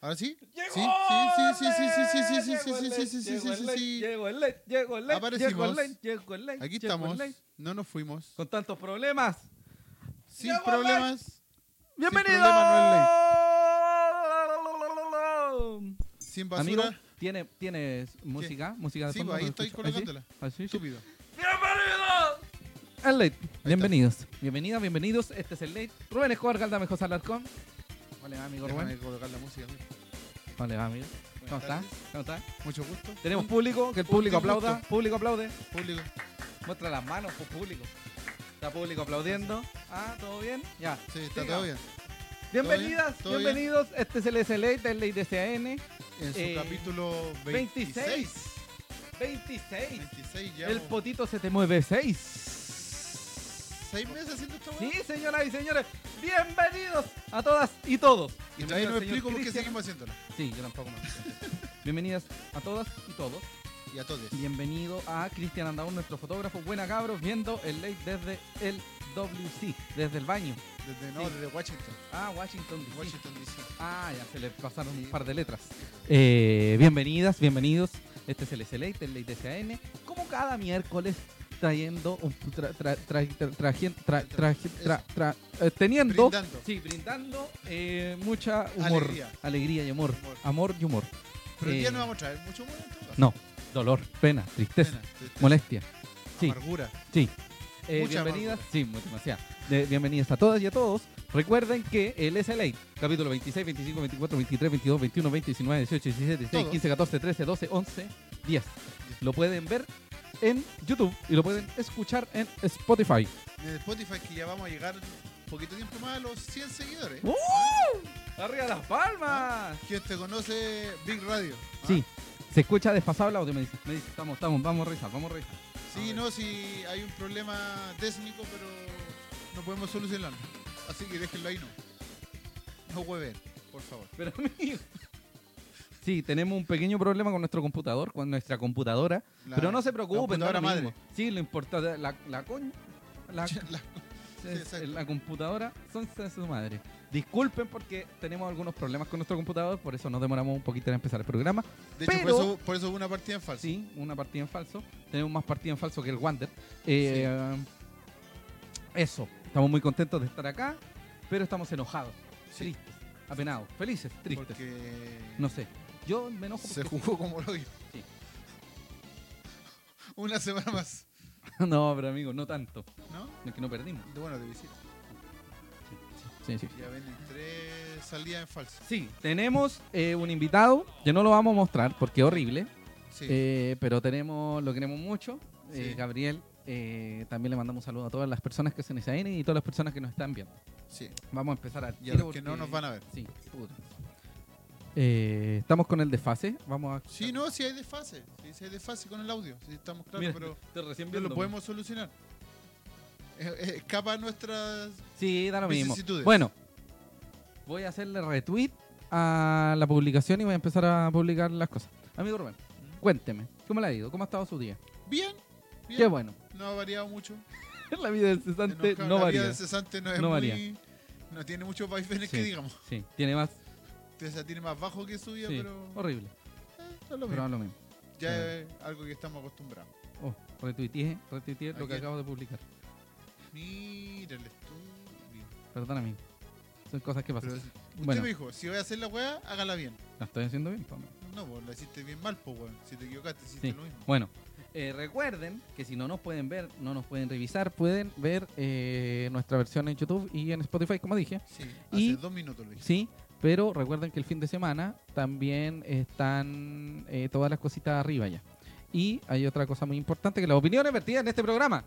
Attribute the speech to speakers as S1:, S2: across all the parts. S1: ¿Ahora sí?
S2: ¡Llegó
S1: Sí,
S2: el
S1: sí, sí, sí, sí, sí, sí, sí, sí,
S2: late!
S1: sí, sí, sí, sí, sí,
S2: Llegó el
S1: sí,
S2: late,
S1: sí. Ah,
S2: Llegó el late, llegó el late, llegó el
S1: Aparecimos.
S2: late, llegó el late,
S1: Aquí
S2: llegó el
S1: estamos.
S2: late.
S1: No nos fuimos.
S2: Con tantos problemas.
S1: Sin
S2: Llegó el
S1: problemas.
S2: ¡Bienvenido!
S1: Sin
S2: Amigo,
S1: basura.
S2: ¿tiene, ¿tienes música? ¿Música de
S1: Sí,
S2: fondo?
S1: pues, ahí
S2: ¿No
S1: estoy
S2: escucho? ¿Ah, sí?
S1: colocándola.
S2: ¿Ah, sí?
S1: Estúpido.
S2: ¡Bienvenidos! El late. Bienvenidos. Bienvenidas, bienvenidos. Este es el late. Rubén Escobar, Galdame, José Alarcón. Hola, amigo
S1: Déjame
S2: Rubén.
S1: colocar la música. amigo.
S2: Hola, amigo. ¿Cómo
S1: Buenas
S2: estás?
S1: tardes.
S2: ¿Cómo estás?
S1: Mucho gusto.
S2: Tenemos público, que el público
S1: Último
S2: aplauda.
S1: gusto.
S2: Público aplaude.
S1: Público.
S2: Muestra las manos, pues público. Está público aplaudiendo. Ah, ¿todo bien? Ya.
S1: Sí, está
S2: Siga.
S1: todo bien.
S2: Bienvenidas,
S1: ¿Todo bien?
S2: bienvenidos. Este es el SLA del Ley DCN
S1: En su
S2: Eh,
S1: capítulo 26.
S2: 26. 26.
S1: 26 ya.
S2: El
S1: po-
S2: potito se te mueve 6.
S1: Seis meses haciendo esta
S2: Sí,
S1: weá.
S2: señoras y señores, bienvenidos a todas y todos.
S1: Y todavía no
S2: Bienvenido al
S1: explico
S2: señor
S1: por qué
S2: Cristian.
S1: seguimos haciéndola.
S2: Sí, yo tampoco me acuerdo. Bienvenidas a todas y todos.
S1: Y a todos.
S2: Bienvenido a Cristian Andaún, nuestro fotógrafo. Buena cabros, viendo el late desde el WC, desde el baño.
S1: Desde, no,
S2: Sí.
S1: desde Washington.
S2: Ah, Washington DC.
S1: Washington DC.
S2: Ah, ya se le pasaron
S1: Sí.
S2: un par de letras. Eh, bienvenidas, bienvenidos. Este es el SLA, el Late DCN. Como cada miércoles, trayendo un. Tra, tra, tra, tra- trajen- tra- traje- tra- tra- eh, teniendo.
S1: Brindando.
S2: Sí, brindando eh, mucha humor.
S1: Alegría.
S2: Alegría, y amor.
S1: Humor.
S2: Amor y humor.
S1: Pero hoy día
S2: Eh,
S1: no vamos a traer mucho humor en todo caso.
S2: No, dolor, pena, tristeza,
S1: Pena, tristeza,
S2: molestia. Sí.
S1: Amargura.
S2: Sí. Eh,
S1: Mucha
S2: bienvenidas, sí, muy demasiado. De- bienvenidas a todas y a todos. Recuerden que el SLA, capítulo 26, 25, 24, 23, 22, 21, 20, 19, 18, 17, 16,
S1: Todos.
S2: 15, 14, 13, 12, 11, 10. Lo pueden ver en YouTube y lo pueden escuchar en Spotify.
S1: En Spotify que ya vamos a llegar un poquito tiempo más a los 100 seguidores.
S2: ¡Uh! ¡Arriba las palmas!
S1: ¿Quién te conoce Big Radio? ¿ah?
S2: Sí, se escucha desfasado el audio. Me dice, me dice, estamos, estamos, vamos a revisar, vamos a revisar.
S1: Sí,
S2: A ver.
S1: no, sí, hay un problema técnico, pero no podemos solucionarlo. Así que déjenlo ahí, no. No hueven, por favor.
S2: Pero amigo. Sí, tenemos un pequeño problema con nuestro computador, con nuestra computadora.
S1: La
S2: Pero no se preocupen, no
S1: computadora
S2: ahora
S1: madre.
S2: mismo. Sí, lo importante, la, la coña. La,
S1: La-
S2: es-
S1: exacto.
S2: la computadora son de su madre. Disculpen porque tenemos algunos problemas con nuestro computador, por eso nos demoramos un poquito en empezar el programa.
S1: De hecho, por
S2: Pero-
S1: eso, por eso hubo una partida en falso.
S2: Sí, una partida en falso. Tenemos más partida en falso que el Wander. Eh, Eso, estamos muy contentos de estar acá, pero estamos enojados,
S1: Sí.
S2: tristes, apenados, felices, tristes.
S1: Porque
S2: No sé. Yo me enojo
S1: se
S2: porque
S1: jugó como lo
S2: Sí.
S1: Una semana más,
S2: No, pero amigo, no tanto.
S1: ¿no?
S2: Es que no perdimos.
S1: De- Bueno, de visita.
S2: Sí, sí.
S1: Ya ven, tres salidas en falso.
S2: Sí, tenemos eh, un invitado que no lo vamos a mostrar porque es horrible,
S1: Sí.
S2: eh, pero tenemos, lo queremos mucho. Eh,
S1: Sí.
S2: Gabriel, eh, también le mandamos un saludo a todas las personas que se nos AN y todas las personas que nos están viendo.
S1: sí.
S2: Vamos a empezar a.
S1: Y a los que no nos van a ver.
S2: Sí, puta. Eh, estamos con el desfase. Vamos a.
S1: Sí, no, si hay desfase. Sí, sí hay desfase con el audio. Sí, estamos claros,
S2: Mira,
S1: pero
S2: te recién
S1: no lo
S2: viéndome.
S1: podemos solucionar. Eh, eh, Escapa a nuestras.
S2: Sí, da lo mismo.
S1: Vicisitudes.
S2: Bueno, voy a hacerle retweet a la publicación y voy a empezar a publicar las cosas. Amigo Rubén, cuénteme, ¿cómo le ha ido? ¿Cómo ha estado su día?
S1: Bien, bien.
S2: Qué bueno.
S1: No ha variado mucho.
S2: La vida del cesante
S1: Enojado,
S2: no
S1: la vida
S2: varía.
S1: del cesante no es
S2: No
S1: muy-
S2: varía.
S1: No tiene muchos vaivenes
S2: Sí.
S1: que digamos.
S2: Sí, tiene más.
S1: O sea, tiene más bajo que subía,
S2: sí,
S1: pero.
S2: Horrible.
S1: eh, no es lo mismo.
S2: Pero no lo mismo.
S1: Ya
S2: sí.
S1: es algo que estamos acostumbrados.
S2: Oh, retuiteé, retuiteé
S1: Ahí
S2: lo que
S1: está.
S2: acabo de publicar.
S1: Mira el estudio.
S2: Perdón, amigo. Son cosas que
S1: Pero
S2: pasan.
S1: usted
S2: Bueno.
S1: me dijo: si voy a hacer la weá, hágala bien.
S2: La estoy haciendo bien, pa' mí.
S1: No, pues la hiciste bien mal, pues weón. Si te equivocaste, hiciste
S2: Sí.
S1: lo mismo.
S2: Bueno, eh, recuerden que si no nos pueden ver, no nos pueden revisar, pueden ver eh, nuestra versión en YouTube y en Spotify, como dije.
S1: Sí, hace
S2: Y-
S1: dos minutos lo dije.
S2: Sí, pero recuerden que el fin de semana también están eh, todas las cositas arriba ya. Y hay otra cosa muy importante, que las opiniones vertidas en este programa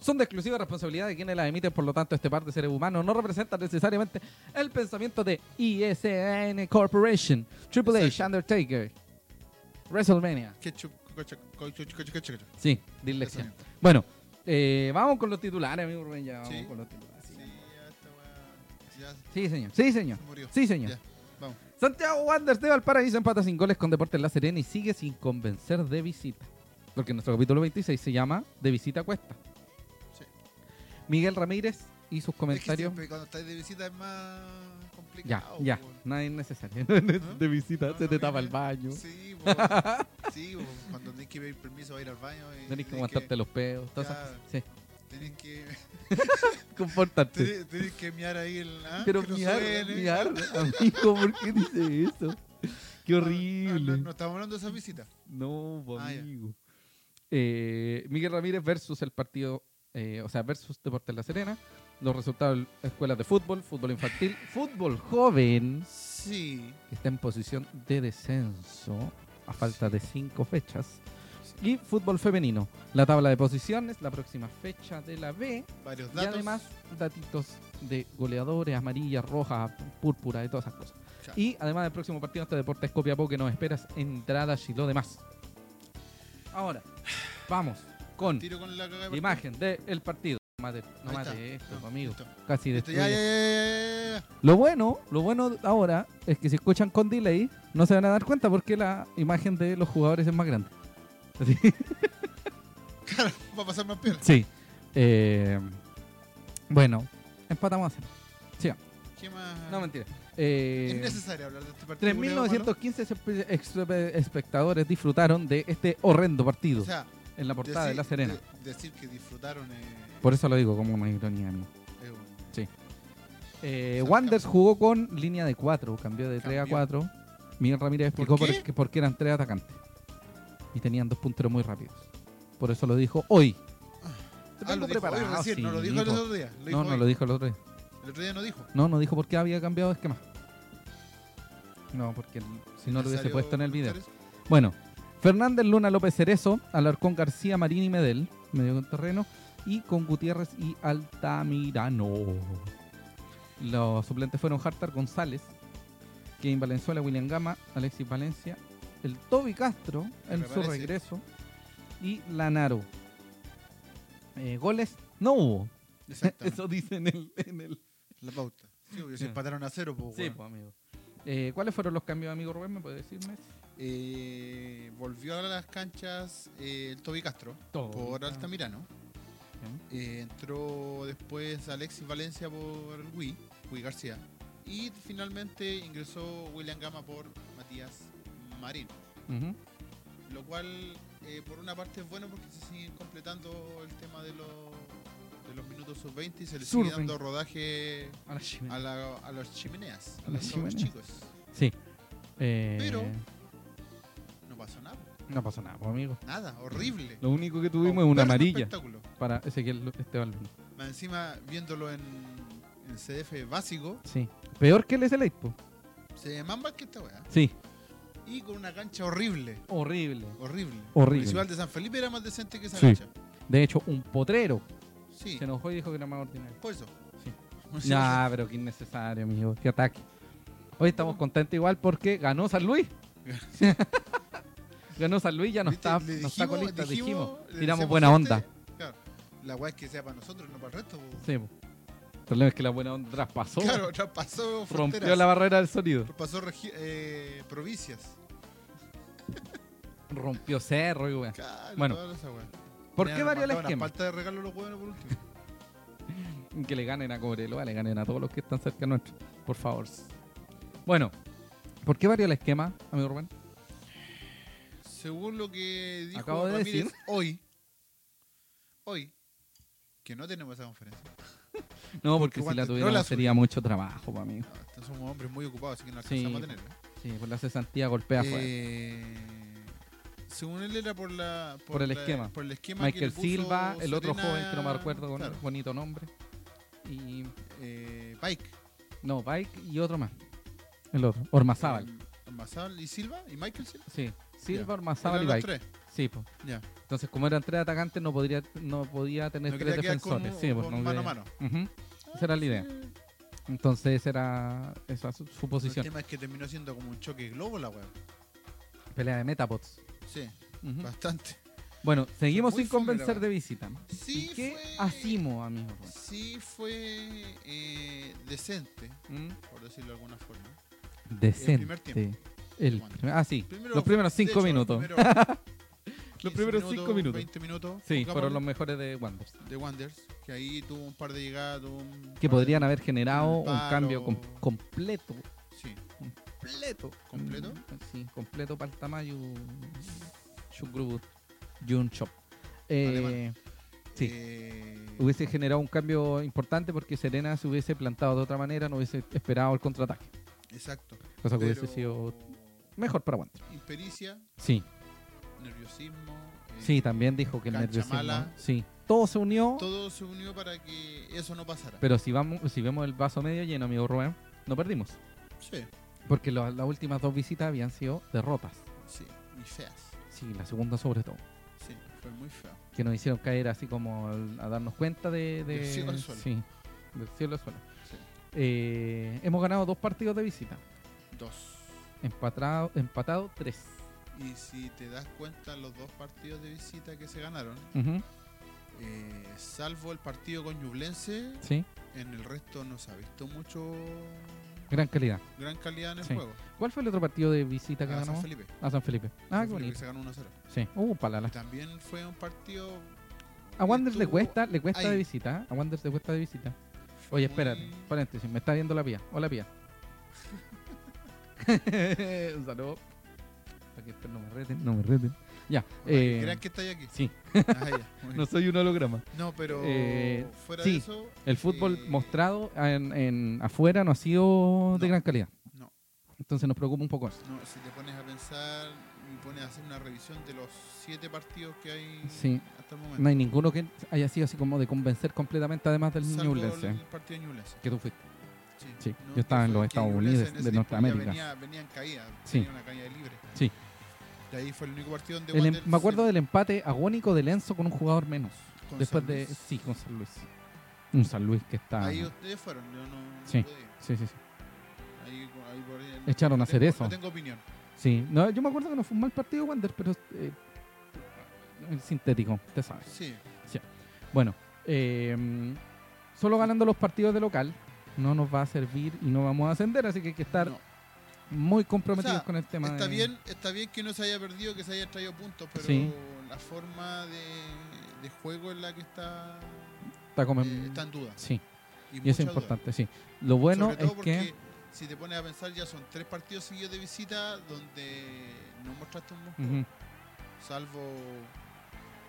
S2: son de exclusiva responsabilidad de quienes las emiten, por lo tanto este par de seres humanos no representa necesariamente el pensamiento de ISN Corporation, Triple H,
S1: Exacto.
S2: Undertaker, WrestleMania.
S1: Ketchup, cocha- cocha- cocha- cocha- cocha.
S2: Sí,
S1: Eso
S2: dislexia.
S1: mismo.
S2: Bueno, eh, vamos con los titulares, amigo Rubén, ya vamos
S1: Sí.
S2: con los titulares.
S1: Sí,
S2: Sí.
S1: ya esta weá ya se
S2: Sí, señor. Sí, señor.
S1: murió.
S2: Sí, señor.
S1: Ya, vamos.
S2: Santiago Wanderers de Valparaíso empata sin goles con Deportes La Serena y sigue sin convencer de visita. Porque nuestro capítulo 26 se llama De visita cuesta.
S1: Sí.
S2: Miguel Ramírez y sus
S1: Es que
S2: comentarios.
S1: siempre cuando estás de visita es más complicado.
S2: Ya, ya,
S1: po.
S2: nada es necesario. De visita,
S1: No,
S2: se
S1: no,
S2: te
S1: mira.
S2: tapa el baño.
S1: Sí, po. sí po. cuando tenés que pedir permiso para ir al baño. y
S2: Tenés que aguantarte los pedos, todas esas
S1: Ya.
S2: cosas. Sí,
S1: Tenés que,
S2: comportarte.
S1: tenés, tenés que miar ahí el. ah,
S2: Pero
S1: que no
S2: miar,
S1: suene.
S2: miar, amigo, ¿por qué dice eso?
S1: No,
S2: Qué
S1: no, No,
S2: horrible.
S1: Ah, no, estamos hablando de esa visita.
S2: No, po,
S1: Ah, ya.
S2: amigo. Eh, Miguel Ramírez versus el partido, eh, o sea, versus Deportes La Serena. Los resultados, escuelas de fútbol, fútbol infantil, fútbol joven,
S1: Sí.
S2: que está en posición de descenso a falta de cinco fechas. Y fútbol femenino, la tabla de posiciones, la próxima fecha de la B
S1: Varios
S2: y
S1: datos.
S2: además datitos de goleadores, amarillas, rojas, púrpura, de todas esas cosas.
S1: Ya.
S2: Y además del próximo partido hasta Deportes Copiapó que nos esperas, entradas y lo demás. Ahora, vamos con
S1: Tiro con la cagada.
S2: la imagen del partido. No mate, no
S1: Ahí
S2: mate
S1: está.
S2: esto,
S1: No,
S2: amigo.
S1: listo.
S2: Casi
S1: Listo,
S2: destruye.
S1: ya, ya, ya, ya, ya.
S2: Lo bueno, lo bueno ahora es que si escuchan con delay, no se van a dar cuenta porque la imagen de los jugadores es más grande. Así.
S1: Claro, va a pasar más piernas.
S2: Sí. Eh, bueno, empatamos a cero.
S1: ¿Qué más?
S2: No, mentira. Eh,
S1: es necesario hablar de este partido. culiao,
S2: 3.915 espe- espe- espectadores disfrutaron de este horrendo
S1: malo.
S2: partido
S1: O sea,
S2: en la portada de
S1: decir,
S2: La Serena.
S1: de- decir que disfrutaron. eh,
S2: Por eso lo digo como una ironía. amigo.
S1: es un-
S2: Eh,
S1: Exacto.
S2: Wanders jugó con línea de 4, cambió de 3 a
S1: Cambió.
S2: 4. Miguel Ramírez explicó
S1: ¿Por
S2: por
S1: qué?
S2: qué? porque eran tres atacantes y tenían dos punteros muy rápidos. Por eso lo dijo hoy. Te
S1: Ah, lo
S2: tengo
S1: dijo hoy
S2: preparado,
S1: recién, no lo
S2: sí,
S1: dijo el
S2: po.
S1: otro día. Lo dijo
S2: No, no
S1: hoy.
S2: lo dijo el otro día.
S1: El otro día no dijo.
S2: No, no dijo por qué había cambiado de esquema. No, porque si no lo hubiese
S1: Necesario
S2: puesto en el video.
S1: comentar eso.
S2: Bueno, Fernández Luna López Cerezo, Alarcón García Marín y Medel, medio con terreno, y con Gutiérrez y Altamirano. Los suplentes fueron Hartar González, Kevin Valenzuela, William Gama, Alexis Valencia, el Toby Castro en su
S1: Reaparece.
S2: regreso y Lanaro. Eh, goles no hubo.
S1: Exactamente.
S2: Eso dice en el- en el,
S1: La pauta. Sí, porque se
S2: Ya.
S1: empataron a cero, po,
S2: Sí,
S1: weón.
S2: pues, amigo. Eh, ¿Cuáles fueron los cambios, amigo Rubén? ¿Me puedes decirme?
S1: Eh, volvió a las canchas eh, el Toby Castro
S2: Todo.
S1: por Altamirano. Eh, entró después Alexis Valencia por el Wii, Wii García. Y finalmente ingresó William Gama por Matías Marín.
S2: Ujú.
S1: Lo cual, eh, por una parte, es bueno porque se siguen completando el tema de los, de los minutos sub-20 y se le sigue
S2: Sub-20.
S1: dando rodaje
S2: A la Jimena.
S1: a, la- a los chimeneas, a
S2: A las
S1: los cabros
S2: chimeneas.
S1: chicos.
S2: Sí. Eh,
S1: Pero- No pasó nada,
S2: No pasó nada, pues, amigo. Oh,
S1: nada, horrible.
S2: Lo único que tuvimos es
S1: Perno
S2: una amarilla
S1: espectáculo.
S2: para Ezequiel Lu- Esteban Luna.
S1: Más encima, viéndolo en, en CDF básico,
S2: Sí. Peor que el SLA, pues.
S1: se mamba que esta weá.
S2: Sí.
S1: Y con una cancha horrible.
S2: Horrible.
S1: Horrible.
S2: Horrible.
S1: El Municipal de San Felipe era más decente que esa
S2: Sí.
S1: cancha.
S2: De hecho, un potrero
S1: Sí.
S2: se enojó y dijo que era más ordinario.
S1: Por eso.
S2: Sí.
S1: Municipal-
S2: Nah, pero qué innecesario, amigo. Qué ataque. Hoy estamos contentos igual porque ganó San Luis. ganó San Luis, ya no
S1: ¿Viste?
S2: está,
S1: Le
S2: no está
S1: dijimos-
S2: colista, dijimos. eh,
S1: le
S2: Tiramos
S1: decíamos
S2: buena
S1: suerte.
S2: onda.
S1: Claro. La weá es que sea para nosotros, no para el resto. po.
S2: Sí, po. El problema es que la buena onda traspasó.
S1: Claro, traspasó
S2: rompió
S1: fronteras.
S2: la barrera del sonido.
S1: Traspasó regi- eh, provincias.
S2: Rompió cerro y weá.
S1: Claro,
S2: Bueno.
S1: toda esa weá.
S2: ¿Por
S1: Ya
S2: qué
S1: nos
S2: varió el
S1: mandaban a
S2: esquema?
S1: Falta de regalo a los huevones por último.
S2: Que le ganen a Cobreloa, le ganen a todos los que están cerca nuestro. Por favor. Bueno, ¿por qué varió el esquema, amigo Rubén?
S1: Según lo que dijo
S2: Acabo de
S1: Ramírez
S2: decir.
S1: hoy, hoy, que no tenemos esa conferencia.
S2: No, porque, si
S1: Porque
S2: la
S1: Guante
S2: tuviéramos
S1: Trola
S2: sería mucho trabajo, pa' amigo.
S1: No, estos somos hombres muy ocupados, así que no
S2: Sí,
S1: alcanzamos a tener.
S2: Sí, por la cesantía golpea fuerte.
S1: Eh, según él era por la
S2: Por el
S1: la-
S2: esquema.
S1: por el esquema que
S2: Michael
S1: le puso
S2: Silva, el otro
S1: Serena-
S2: joven que no me recuerdo con
S1: claro,
S2: bonito nombre. Y.
S1: eh, Pike
S2: No, Bike y otro más. El otro. Ormazábal.
S1: Eh, Ormazábal y Silva y Michael Silva
S2: Sí. Silva,
S1: Ya.
S2: Ormazábal y
S1: Eran los
S2: Bike.
S1: tres
S2: Sí, po.
S1: ya
S2: Entonces, como eran tres atacantes, no, podría, no podía tener
S1: no
S2: tres
S1: quería quedar con,
S2: defensores. sí, pues,
S1: con
S2: no
S1: mano a
S2: quería-
S1: mano
S2: Ujú. Esa era la idea. Entonces, esa era esa su, su
S1: el
S2: posición.
S1: tema es que terminó siendo como un choque globo la wea
S2: Pelea de Metapods.
S1: sí
S2: Ujú.
S1: bastante
S2: Bueno, seguimos
S1: Muy
S2: sin
S1: fome la
S2: convencer
S1: wea.
S2: de visita.
S1: sí
S2: ¿Y qué
S1: fue
S2: hacimos, amigo?
S1: sí fue eh, decente
S2: ¿Mm?
S1: por decirlo de alguna forma
S2: Decente.
S1: primer tiempo.
S2: El
S1: Bueno.
S2: primer- ah, sí.
S1: Primero-
S2: los primeros
S1: de
S2: cinco
S1: hecho,
S2: minutos.
S1: primero- 15
S2: primeros cinco minutos.
S1: 20 minutos.
S2: Sí,
S1: pongámosle,
S2: fueron los mejores de Wanderers.
S1: De Wanders, que ahí tuvo un par de llegadas. tuvo un
S2: Que
S1: par de-
S2: podrían haber generado
S1: un
S2: un cambio
S1: palo.
S2: com- completo.
S1: Sí,
S2: Completo.
S1: ¿Completo?
S2: Mm, Sí, completo para el tamaño. Chugrubut. Jun Chop. Eh,
S1: Alemán.
S2: Sí.
S1: Eh,
S2: hubiese generado un cambio importante porque Serena se hubiese plantado de otra manera, no hubiese esperado el contraataque.
S1: exacto.
S2: Cosa que
S1: Pero
S2: hubiese sido mejor para Wander.
S1: Impericia,
S2: Sí,
S1: nerviosismo. eh,
S2: sí, también dijo que el
S1: cancha
S2: nerviosismo.
S1: mala.
S2: Sí, todo se unió,
S1: Todo se unió para que eso no pasara.
S2: pero si, vamos, si vemos el vaso medio lleno, amigo Rubén, no perdimos.
S1: sí,
S2: Porque lo- las últimas dos visitas habían sido derrotas.
S1: sí, y feas.
S2: Sí, la segunda sobre todo.
S1: Sí, fue muy feo.
S2: Que nos hicieron caer así como al- a darnos cuenta de... de-
S1: Del cielo al suelo.
S2: Sí, del cielo al suelo.
S1: Sí.
S2: Eh, hemos ganado dos partidos de visita.
S1: Dos.
S2: Empatado, empatado tres.
S1: Y si te das cuenta, los dos partidos de visita que se ganaron,
S2: Ujú,
S1: eh, salvo el partido con Ñublense,
S2: Sí,
S1: en el resto no se ha visto mucho
S2: gran calidad.
S1: gran calidad en el
S2: Sí.
S1: juego.
S2: ¿Cuál fue el otro partido de visita que
S1: A San
S2: ganamos?
S1: Felipe.
S2: A San Felipe. Ah,
S1: San
S2: qué
S1: Felipe que
S2: bonito.
S1: se ganó 1-0.
S2: Sí. Uh, palala.
S1: También fue un partido.
S2: A Wander le
S1: estuvo
S2: cuesta, le cuesta
S1: ahí. Mm.
S2: de visita. ¿eh? A Wander le cuesta de visita. Oye,
S1: muy-
S2: espérate, paréntesis, me está viendo la pía. Hola pía. Un saludo. Para que después no me reten, no me reten. Ya,
S1: para que
S2: eh,
S1: crean que estáis aquí.
S2: sí,
S1: Ah, ya, muy bien.
S2: no soy un holograma.
S1: No, pero
S2: Eh,
S1: fuera
S2: sí,
S1: de eso.
S2: El fútbol
S1: eh,
S2: mostrado en, en afuera no ha sido de
S1: No.
S2: gran calidad.
S1: No.
S2: Entonces nos preocupa un poco eso.
S1: No, si te pones a pensar y pones a hacer una revisión de los siete partidos que hay
S2: Sí.
S1: hasta el momento.
S2: No hay ninguno que haya sido así como de convencer completamente, además del
S1: Salvo
S2: Ñublense,
S1: el partido de Ñublense.
S2: que tú fuiste.
S1: Sí,
S2: eh. Sí,
S1: no,
S2: yo estaba en
S1: que
S2: los
S1: fue- que
S2: Estados
S1: Ñublense
S2: Unidos
S1: en ese
S2: de
S1: tiempo ya
S2: Norteamérica.
S1: Venía, venía en caída,
S2: Sí.
S1: tenía una caída libre.
S2: Sí.
S1: De ahí fue el único partido donde
S2: El em-
S1: Wander
S2: me acuerdo
S1: se-
S2: del empate agónico de Lenzo con un jugador menos.
S1: con
S2: Después
S1: San
S2: de.
S1: Luis.
S2: Sí, con San Luis. Un San Luis que está.
S1: Ahí ustedes fueron, yo no, no
S2: Sí.
S1: pude ir.
S2: Sí, sí, sí.
S1: Ahí, ahí por ahí-
S2: Echaron a
S1: no
S2: hacer
S1: tengo-
S2: eso.
S1: No tengo opinión.
S2: Sí. No, yo me acuerdo que no fue un mal partido Wander, pero. eh, el sintético, usted sabe.
S1: Sí,
S2: Bueno, eh, solo ganando los partidos de local no nos va a servir y no vamos a ascender, así que hay que estar
S1: no.
S2: muy comprometidos
S1: O sea,
S2: con el tema.
S1: está
S2: de-
S1: bien, está bien que no se haya perdido, que se haya traído puntos, pero
S2: Sí.
S1: la forma de, de juego en la que está,
S2: Está como en-
S1: eh, está en duda.
S2: Sí, y
S1: mucha
S2: eso es
S1: duda.
S2: importante, sí. Lo bueno
S1: Sobre todo
S2: es
S1: porque
S2: que.
S1: si te pones a pensar ya son tres partidos seguidos de visita donde no mostraste un músculo,
S2: Ujú,
S1: salvo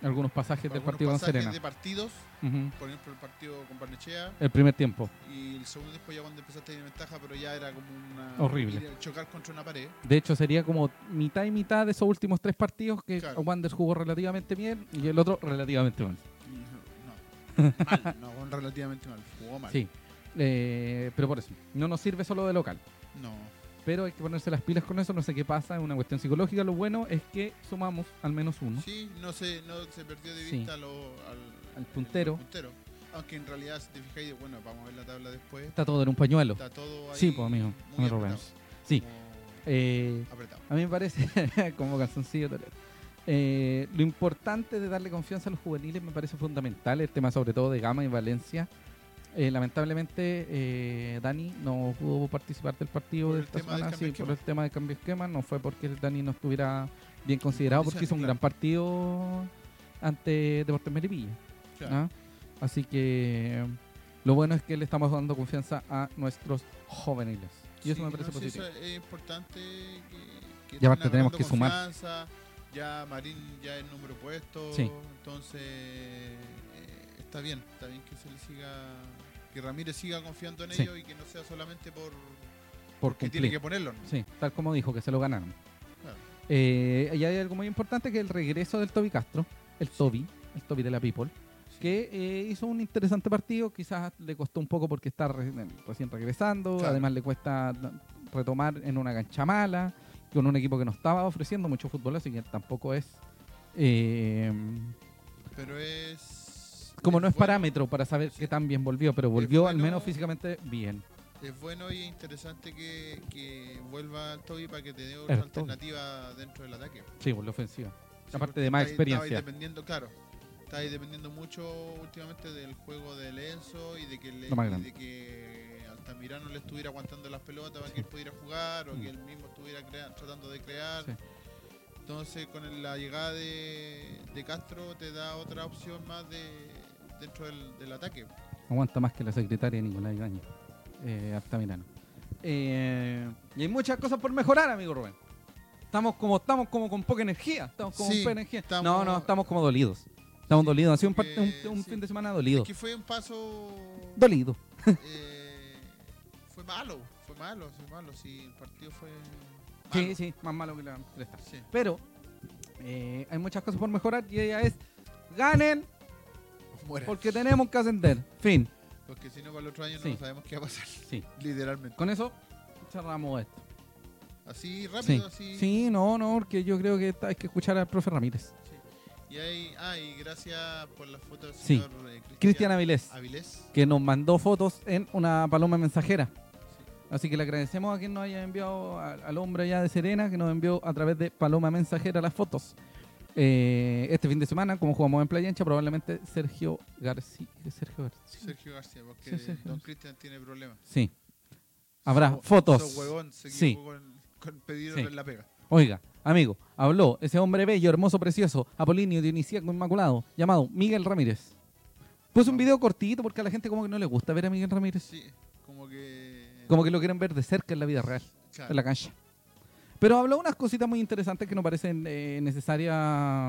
S2: algunos pasajes del
S1: algunos
S2: partido con
S1: pasajes
S2: Serena.
S1: de partidos,
S2: Ujú,
S1: por ejemplo el partido con Barnechea
S2: El primer tiempo.
S1: y el segundo después ya cuando empezaste a ir en ventaja, pero ya era como una
S2: Horrible.
S1: ir a chocar contra una pared.
S2: De hecho, sería como mitad y mitad de esos últimos tres partidos que
S1: Claro.
S2: Wander jugó relativamente bien y el otro relativamente mal.
S1: Y No, mal, no, jugó relativamente mal, jugó mal.
S2: Sí. Eh, pero por eso, no nos sirve solo de local.
S1: No,
S2: Pero hay que ponerse las pilas con eso, no sé qué pasa, es una cuestión psicológica. Lo bueno es que sumamos al menos uno.
S1: sí, no se, no se perdió de
S2: ¿Mm? Sí.
S1: vista lo- al,
S2: Al puntero.
S1: al puntero. Aunque en realidad, si te fijáis, bueno, vamos a ver la tabla después.
S2: Está todo en un pañuelo.
S1: Está todo ahí.
S2: Sí, pues amigo,
S1: muy
S2: amigo
S1: apretado,
S2: Rubens. Sí.
S1: como
S2: Eh,
S1: apretado.
S2: a mí me parece, como cancioncillo torero, eh, lo importante de darle confianza a los juveniles me parece fundamental, el tema sobre todo de Gama y Valencia. Eh, lamentablemente, eh, Dani no pudo participar del partido
S1: Por
S2: de
S1: el
S2: esta
S1: tema del
S2: semana,
S1: cambio
S2: sí,
S1: de
S2: por
S1: esquema.
S2: el tema de cambio de esquema, no fue porque el Dani no estuviera bien considerado, porque hizo un gran
S1: Condiciones,
S2: partido ante Deportes Melipilla.
S1: Claro.
S2: ¿ah? Así que lo bueno es que le estamos dando confianza a nuestros juveniles. Y eso
S1: Sí,
S2: me parece
S1: no, sí,
S2: positivo.
S1: eso es importante que, que
S2: Y aparte
S1: estén
S2: tenemos
S1: agarrando
S2: que sumar.
S1: confianza, Ya Marín ya es número puesto.
S2: Sí.
S1: Entonces, eh, está bien. Está bien que se le siga. Que Ramírez siga confiando en
S2: Sí.
S1: ellos y que no sea solamente por.
S2: por
S1: que tiene
S2: cumplir.
S1: que ponerlo. ¿no?
S2: Sí, tal como dijo, que se lo ganaron.
S1: Claro.
S2: Eh, y hay algo muy importante que es el regreso del Toby Castro, el Toby, el Toby de la People,
S1: Sí.
S2: que eh, hizo un interesante partido, quizás le costó un poco porque está re- eh, recién regresando,
S1: Claro.
S2: además le cuesta retomar en una cancha mala, con un equipo que no estaba ofreciendo mucho fútbol, así que tampoco es... eh,
S1: Pero es.
S2: como no es
S1: bueno,
S2: parámetro para saber
S1: Sí.
S2: qué tan bien volvió, pero volvió al
S1: bueno.
S2: menos físicamente bien.
S1: Es bueno y es interesante que, que vuelva Toby para que te dé
S2: El
S1: otra
S2: Toby.
S1: alternativa dentro del ataque.
S2: Sí, por la ofensiva.
S1: Sí,
S2: Aparte
S1: porque
S2: de más
S1: estáis- estabais
S2: experiencia.
S1: dependiendo, claro. Estáis dependiendo mucho últimamente del juego de Lenzo y de que, le-
S2: Lo más
S1: y
S2: grande.
S1: de que Altamirano le estuviera aguantando las pelotas para que él pudiera jugar o
S2: Mm.
S1: que él mismo estuviera crea- tratando de crear.
S2: Sí.
S1: Entonces, con el- la llegada de, de Castro, te da otra opción más de, dentro del, del ataque.
S2: Aguanta más que la secretaria de Nicolás Ibañez, eh, Altamirano. Eh, y hay muchas cosas por mejorar, amigo Rubén. Estamos como, estamos como con poca energía. Estamos como
S1: Sí,
S2: con poca energía.
S1: estamos-
S2: No, no, estamos como dolidos. Estamos
S1: Sí,
S2: dolidos. Ha sido un,
S1: porque-
S2: par- un- un
S1: sí.
S2: fin de semana dolido.
S1: Que fue un paso.
S2: Dolido.
S1: eh, fue malo, fue malo, fue malo. Sí, el partido fue. Malo.
S2: Sí, sí, más malo que la cresta.
S1: Sí.
S2: Pero eh, hay muchas cosas por mejorar y ella es ganen
S1: Muera.
S2: porque tenemos que ascender. Fin.
S1: Porque si no, para el otro año
S2: Sí.
S1: no sabemos qué va a pasar,
S2: Sí.
S1: literalmente.
S2: Con eso cerramos esto.
S1: Así, rápido, así.
S2: Sí, no, no, porque yo creo que esta- hay que escuchar al profe Ramírez.
S1: Y ahí, ah, y gracias por las fotos del
S2: Sí.
S1: señor eh,
S2: Cristian
S1: Cristian
S2: Avilés,
S1: Avilés.
S2: que nos mandó fotos en una paloma mensajera.
S1: Sí.
S2: Así que le agradecemos a quien nos haya enviado, al, al hombre allá de Serena, que nos envió a través de Paloma Mensajera las fotos. Eh, este fin de semana, como jugamos en Playa Ancha, probablemente Sergio García. Sergio García.
S1: Sergio García, porque
S2: Sí, Sergio
S1: Don
S2: García.
S1: Cristian tiene problemas.
S2: Sí. Habrá
S1: So-
S2: fotos.
S1: so huevón, se
S2: Sí.
S1: equivocó con, con pedir
S2: Sí.
S1: en la pega.
S2: Oiga, amigo, habló ese hombre bello, hermoso, precioso, apolinio, dionisíaco, inmaculado, llamado Miguel Ramírez. Puse un video cortito porque a la gente como que no le gusta ver a Miguel Ramírez.
S1: Sí, como que.
S2: Como que lo quieren ver de cerca en la vida real,
S1: Claro.
S2: en la cancha. Pero habló unas cositas muy interesantes que nos parecen eh, necesarias.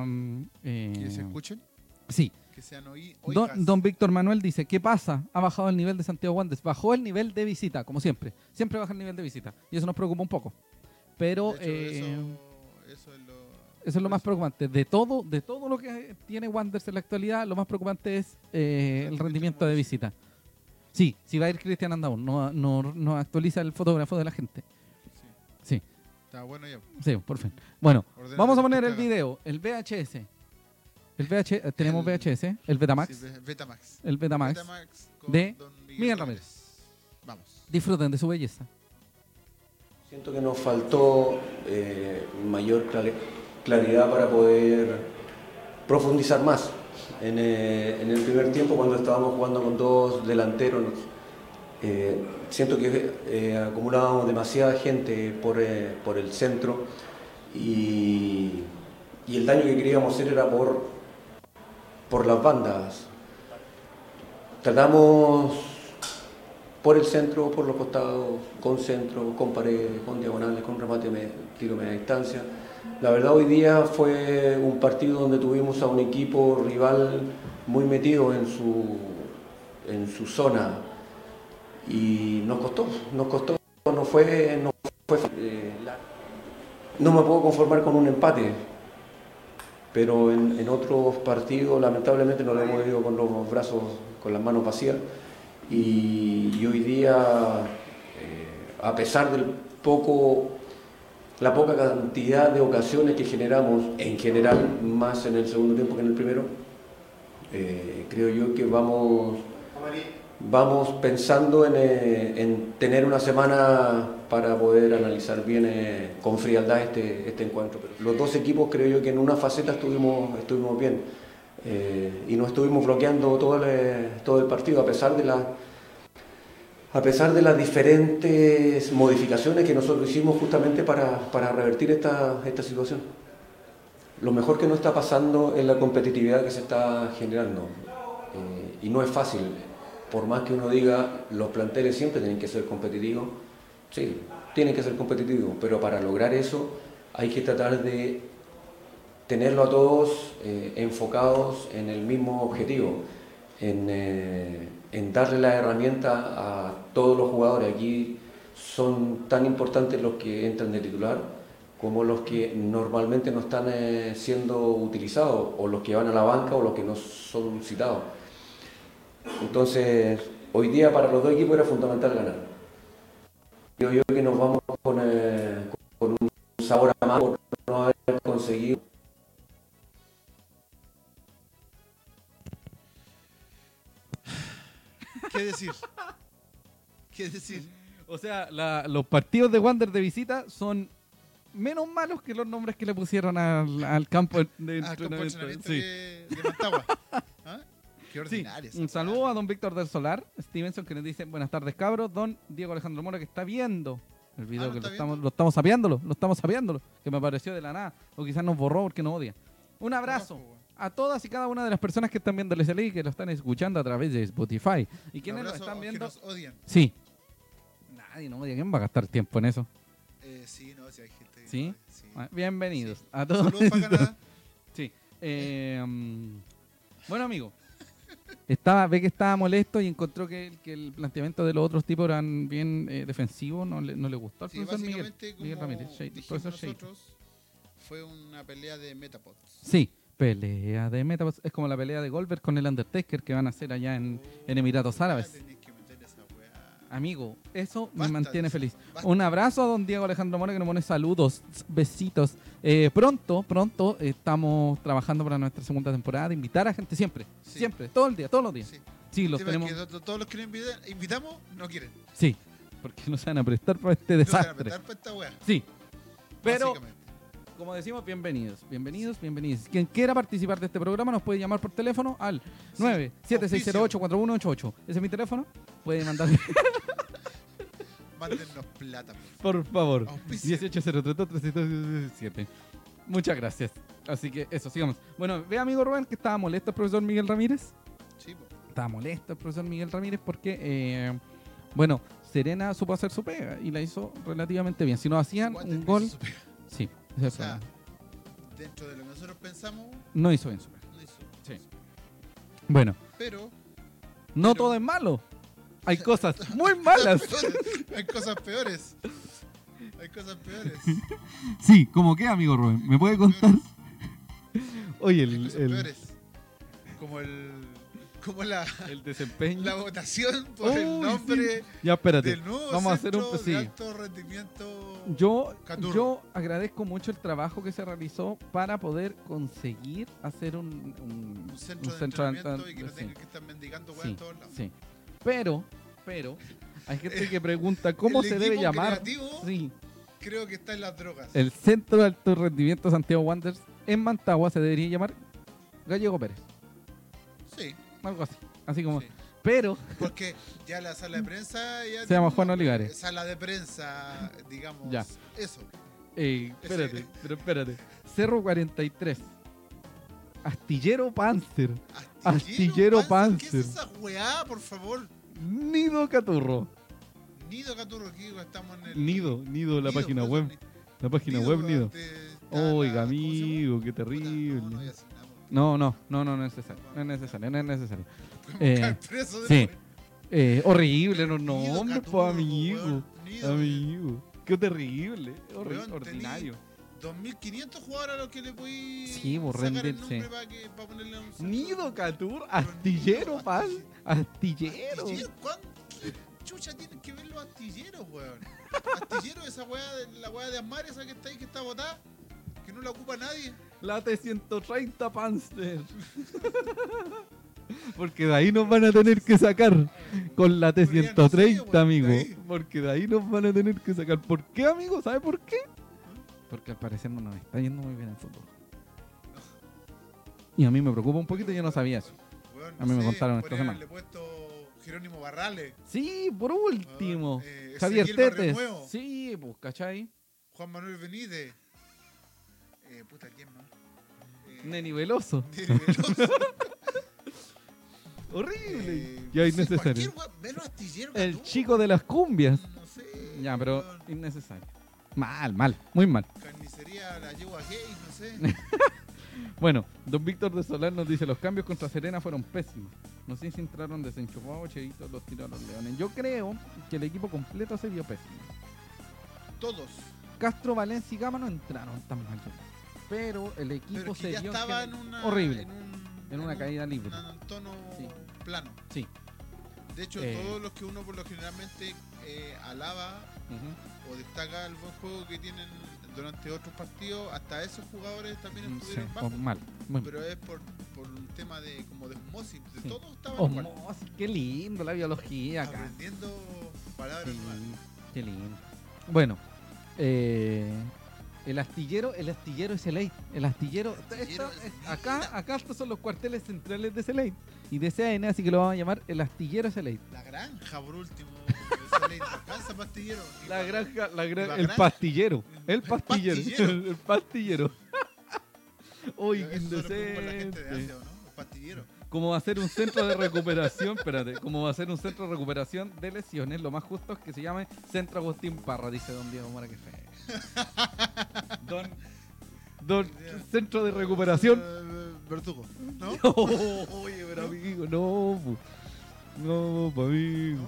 S2: mm, eh,
S1: Que se escuchen,
S2: Sí.
S1: que sean oí-
S2: Don,
S1: oigas.
S2: don Víctor Manuel dice, ¿qué pasa? Ha bajado el nivel de Santiago Wanderers. Bajó el nivel de visita, como siempre. Siempre baja el nivel de visita. Y eso nos preocupa un poco. Pero...
S1: De hecho,
S2: eh,
S1: eso, eso es lo.
S2: Eso es lo más preocupante. De todo, de todo lo que tiene Wanderers en la actualidad, lo más preocupante es eh, el rendimiento de visita. Sí, sí va a ir Cristian Andaun. No, no, no actualiza el fotógrafo de la gente.
S1: Sí.
S2: Sí.
S1: Está bueno ya.
S2: Sí, por fin. Bueno,
S1: ordena
S2: vamos
S1: lo que
S2: a poner
S1: te
S2: el
S1: haga.
S2: video, el VHS. El VHS, tenemos
S1: El-
S2: VHS, el
S1: Sí,
S2: Betamax,
S1: Be- Betamax.
S2: el Betamax.
S1: con
S2: de
S1: Don
S2: Miguel
S1: Vamos.
S2: Disfruten de su belleza.
S3: Siento que nos faltó eh, mayor clare- claridad para poder profundizar más. En, eh, en el primer tiempo, cuando estábamos jugando con dos delanteros, nos- eh, siento que eh, acumulábamos demasiada gente por, eh, por el centro y, y el daño que queríamos hacer era por, por las bandas. Tratamos por el centro, por los costados, con centro, con paredes, con diagonales, con remate, me- tiro media distancia. La verdad hoy día fue un partido donde tuvimos a un equipo rival muy metido en su, en su zona y nos costó, nos costó, no fue, no fue, eh, la- no me puedo conformar con un empate, pero en, en otros partidos lamentablemente nos lo hemos ido con los brazos, con las manos vacías y, y hoy día, eh, a pesar del poco, la poca cantidad de ocasiones que generamos, en general más en el segundo tiempo que en el primero, eh, creo yo que vamos, vamos pensando en, eh, en tener una semana para poder analizar bien eh, con frialdad este, este encuentro. Pero los dos equipos creo yo que en una faceta estuvimos, estuvimos bien eh, y nos estuvimos bloqueando todo el, todo el partido a pesar de la a pesar de las diferentes modificaciones que nosotros hicimos justamente para, para revertir esta, esta situación. Lo mejor que nos está pasando es la competitividad que se está generando. eh, y no es fácil. Por más que uno diga, los planteles siempre tienen que ser competitivos. Sí, tienen que ser competitivos. Pero para lograr eso hay que tratar de tenerlo a todos eh, enfocados en el mismo objetivo, en, eh, en darle la herramienta a todos los jugadores. Aquí son tan importantes los que entran de titular como los que normalmente no están eh, siendo utilizados, o los que van a la banca o los que no son citados. Entonces, hoy día para los dos equipos era fundamental ganar. Creo yo que nos vamos con, eh, con un sabor amargo por no haber conseguido
S1: ¿Qué decir? ¿Qué decir?
S2: O sea, la- los partidos de Wander de visita son menos malos que los nombres que le pusieron al, al campo de
S1: Ah, campo de entrenamiento
S2: Sí.
S1: de, de Mantagua. ¿Ah? Qué
S2: Sí,
S1: ordinario.
S2: un saludo a don Víctor del Solar, Stevenson, que nos dice buenas tardes, cabros. Don Diego Alejandro Mora, que está viendo El video
S1: ¿lo
S2: que
S1: Ah,
S2: lo
S1: está
S2: estamos,
S1: viendo?
S2: lo estamos sapeándolo, lo estamos sapeándolo, que me apareció de la nada, o quizás nos borró porque nos odia. Un abrazo
S1: Ojo, weón.
S2: a todas y cada una de las personas que están viendo el SLI, que lo están escuchando a través de Spotify. ¿Y quienes lo
S1: Abrazo
S2: están
S1: aos
S2: viendo?
S1: Que nos odian.
S2: Sí. Nadie nos odia, ¿quién va a gastar tiempo en eso?
S1: Eh, sí, no, sí hay gente. que
S2: ¿Sí?
S1: nos odia, sí.
S2: Ah, Bienvenidos
S1: Sí.
S2: a todos.
S1: Saludos para Canadá.
S2: Sí. Eh, mm, bueno, amigo. Estaba, ve que estaba molesto y encontró que, el- que el planteamiento de los otros tipos eran bien eh, defensivos, no le, no le gustó al
S1: Sí,
S2: profesor Miguel,
S1: básicamente, como
S2: Miguel Ramírez. Shade,
S1: dijimos
S2: profesor Shade.
S1: nosotros, fue una pelea de Metapods.
S2: Sí, pelea de Metaverse. Es como la pelea de Goldberg con el Undertaker que van a hacer allá en, en Emiratos Árabes.
S1: Tenés que meter esa weá.
S2: Amigo, eso me
S1: Basta
S2: mantiene
S1: de eso,
S2: feliz.
S1: basta.
S2: Un abrazo a don Diego Alejandro Mora que nos pone saludos, tss, besitos. Eh, pronto, pronto eh, estamos trabajando para nuestra segunda temporada. Invitar a gente siempre,
S1: Sí.
S2: siempre, todo el día, todos los días.
S1: Sí.
S2: Sí, los
S1: Sí, porque
S2: tenemos.
S1: to- to- todos los que nos invitan- invitamos no quieren. No
S2: Sí, porque no se van a prestar para este
S1: se van a
S2: desastre.
S1: apretar para esta weá.
S2: Sí, pero
S1: básicamente.
S2: como decimos, bienvenidos, bienvenidos, bienvenidos. Quien quiera participar de este programa nos puede llamar por teléfono al
S1: Sí,
S2: 97608-4188. Ese es mi teléfono. Puede mandar,
S1: Mándennos plata, pues.
S2: por favor.
S1: Auspicio.
S2: 1803 Muchas gracias. Así que eso, sigamos. Bueno, ve amigo Rubén que estaba molesto el profesor Miguel Ramírez.
S1: Sí, pues, po.
S2: Estaba molesto el profesor Miguel Ramírez porque, eh, bueno, Serena supo hacer su pega y la hizo relativamente bien. Si no hacían
S1: Igual Ah.
S2: un
S1: hizo
S2: gol,
S1: su pega.
S2: sí, eso
S1: O sea,
S2: era.
S1: dentro de lo que nosotros pensamos,
S2: no hizo bien su pega.
S1: no hizo.
S2: Sí. Bueno,
S1: Pero
S2: no
S1: Pero-
S2: todo es malo. Hay cosas muy malas.
S1: hay cosas peores. Hay cosas peores.
S2: Sí, ¿cómo qué, amigo Rubén? ¿Me puede
S1: contar?
S2: Oye,
S1: Hay
S2: el,
S1: cosas
S2: el,
S1: peores. Como el. Como la,
S2: el desempeño.
S1: la votación por
S2: Uy,
S1: el nombre
S2: sí. Ya, espérate.
S1: del nuevo
S2: Vamos a hacer
S1: centro
S2: un...
S1: de
S2: Sí.
S1: alto rendimiento.
S2: Yo,
S1: Caturro.
S2: yo agradezco mucho el trabajo que se realizó para poder conseguir hacer un, un-
S1: un centro
S2: un
S1: de entrenamiento
S2: ant-
S1: y que no
S2: sí,
S1: tengan que estar mendigando weas
S2: sí,
S1: en todos lados.
S2: sí. Pero, pero, hay gente que pregunta cómo
S1: El
S2: se debe
S1: equipo
S2: llamar.
S1: creativo
S2: Sí,
S1: Creo que está en las drogas.
S2: el Centro de Alto Rendimiento Santiago Wanderers en Mantagua se debería llamar Gallego Pérez,
S1: Sí,
S2: algo así. Así como,
S1: sí.
S2: pero
S1: Porque ya la sala de prensa. Ya
S2: se llama
S1: tiene
S2: Juan
S1: nombre.
S2: Olivares.
S1: Sala de prensa, digamos.
S2: Ya.
S1: Eso.
S2: Ey, espérate,
S1: Ese-
S2: pero espérate. Cerro 43. Astillero Panzer. Astillero
S1: ¿Qué es
S2: Panzer.
S1: esa weá, por favor?
S2: Nido Caturro.
S1: Nido Caturro, aquí estamos en el.
S2: Nido, nido, la
S1: Nido,
S2: página
S1: por eso,
S2: web.
S1: ni-
S2: La página
S1: Nido,
S2: web,
S1: weón,
S2: nido.
S1: te- está
S2: Oiga,
S1: la- ¿cómo se llama?
S2: amigo, qué
S1: Puta, No, no, ya
S2: terrible.
S1: sin nada, porque
S2: No, no, no, no, no es necesario. No es necesario, no es necesario.
S1: podemos
S2: Eh,
S1: caer presos
S2: sí.
S1: después.
S2: Eh, horrible, no, no,
S1: Nido
S2: hombre,
S1: Caturro,
S2: pues amigo.
S1: weón, nido,
S2: Amigo. Qué terrible. Horrible,
S1: Weón,
S2: ordinario.
S1: 2500 jugadores a los que le voy
S2: Sí, bo,
S1: sacar el
S2: renden,
S1: nombre
S2: sí.
S1: para, que, para ponerle a un centro.
S2: Nido Caturro,
S1: Nido,
S2: astillero, pan. Astillero.
S1: Astillero, ¿cuán- qué chucha tienen que ver los astilleros, weón? Astillero, esa weá, de- la weá de Amar, esa que está ahí, que está botada, que no la ocupa nadie.
S2: La T130 Panzer. Porque de ahí nos van a tener que sacar. Con la
S1: Podrían, no sé,
S2: T130,
S1: weón,
S2: amigo.
S1: ahí.
S2: Porque de ahí nos van a tener que sacar. ¿Por qué, amigo? ¿Sabe por qué? Porque al parecer no nos está yendo muy bien en fútbol. Y a mí me preocupa un poquito, yo no sabía eso.
S1: Weón,
S2: A mí me contaron esta
S1: podrían
S2: semana.
S1: haberle puesto Jerónimo Barrales.
S2: Sí, por último.
S1: eh,
S2: Javier
S1: Ezequiel
S2: Tetes.
S1: Barrenuevo.
S2: Sí, pues, ¿cachai?
S1: Juan Manuel Benítez. Eh, puta, ¿quién más? Eh,
S2: Neni Veloso.
S1: Nene Veloso.
S2: Horrible.
S1: Eh,
S2: Ya
S1: no sé,
S2: innecesario.
S1: cualquier weón, menos astillero,
S2: El
S1: Caturro,
S2: chico de las cumbias.
S1: No sé.
S2: Ya, pero
S1: weón.
S2: innecesario. Mal, mal, muy mal.
S1: Carnicería la yegua gay, no sé.
S2: Bueno, don Víctor de Solar nos dice, los cambios contra Serena fueron pésimos. No sé si entraron desenchufados, Cherito los tiró a los leones. Yo creo que el equipo completo se vio pésimo.
S1: Todos.
S2: Castro, Valencia y Gama no entraron tan mal. yo creo. Pero el equipo
S1: Pero
S2: se
S1: que ya
S2: vio
S1: estaba en
S2: general-
S1: una.
S2: horrible.
S1: En, un-
S2: En una
S1: un-
S2: caída libre.
S1: En un tono
S2: Sí.
S1: plano.
S2: Sí.
S1: De hecho,
S2: Eh.
S1: todos los que uno por lo generalmente eh, alaba
S2: Ujú.
S1: o destaca el buen juego que tienen durante otros partidos, hasta esos jugadores también
S2: Mm, sí,
S1: estuvieron
S2: o
S1: bajos.
S2: mal. Muy mal.
S1: Pero es por, por un tema de como de osmosis. De
S2: Oh, Sí.
S1: todos estaban igual,
S2: Osmosis, qué lindo la biología
S1: Ah,
S2: acá.
S1: aprendiendo palabras
S2: Sí,
S1: nuevas.
S2: qué lindo. Bueno, eh, el astillero, el astillero es el EI. El astillero,
S1: astillero
S2: esta-
S1: es
S2: es- acá, acá estos son los cuarteles centrales de Seleit y de CAN, así que lo vamos a llamar el astillero Seleit.
S1: La granja, por último. Esa es la importancia, pastillero. Y
S2: La
S1: pa-
S2: granja, la gran-
S1: La
S2: el
S1: granja.
S2: pastillero. El
S1: El
S2: pastillero.
S1: pastillero.
S2: El pastillero. Uy, qué
S1: Eso se lo preocupa la gente de
S2: indecente.
S1: Asia, ¿o ¿no? Los pastilleros.
S2: Como va a ser un centro de recuperación, espérate, como va a ser un centro de recuperación de lesiones, lo más justo es que se llame Centro Agustín Parra, dice don Diego Mora, que fe. Don, don Centro de Recuperación
S1: Eh, Verdugo, ¿no?
S2: Oye, pero amigo, no, pu. no, pa' amigo.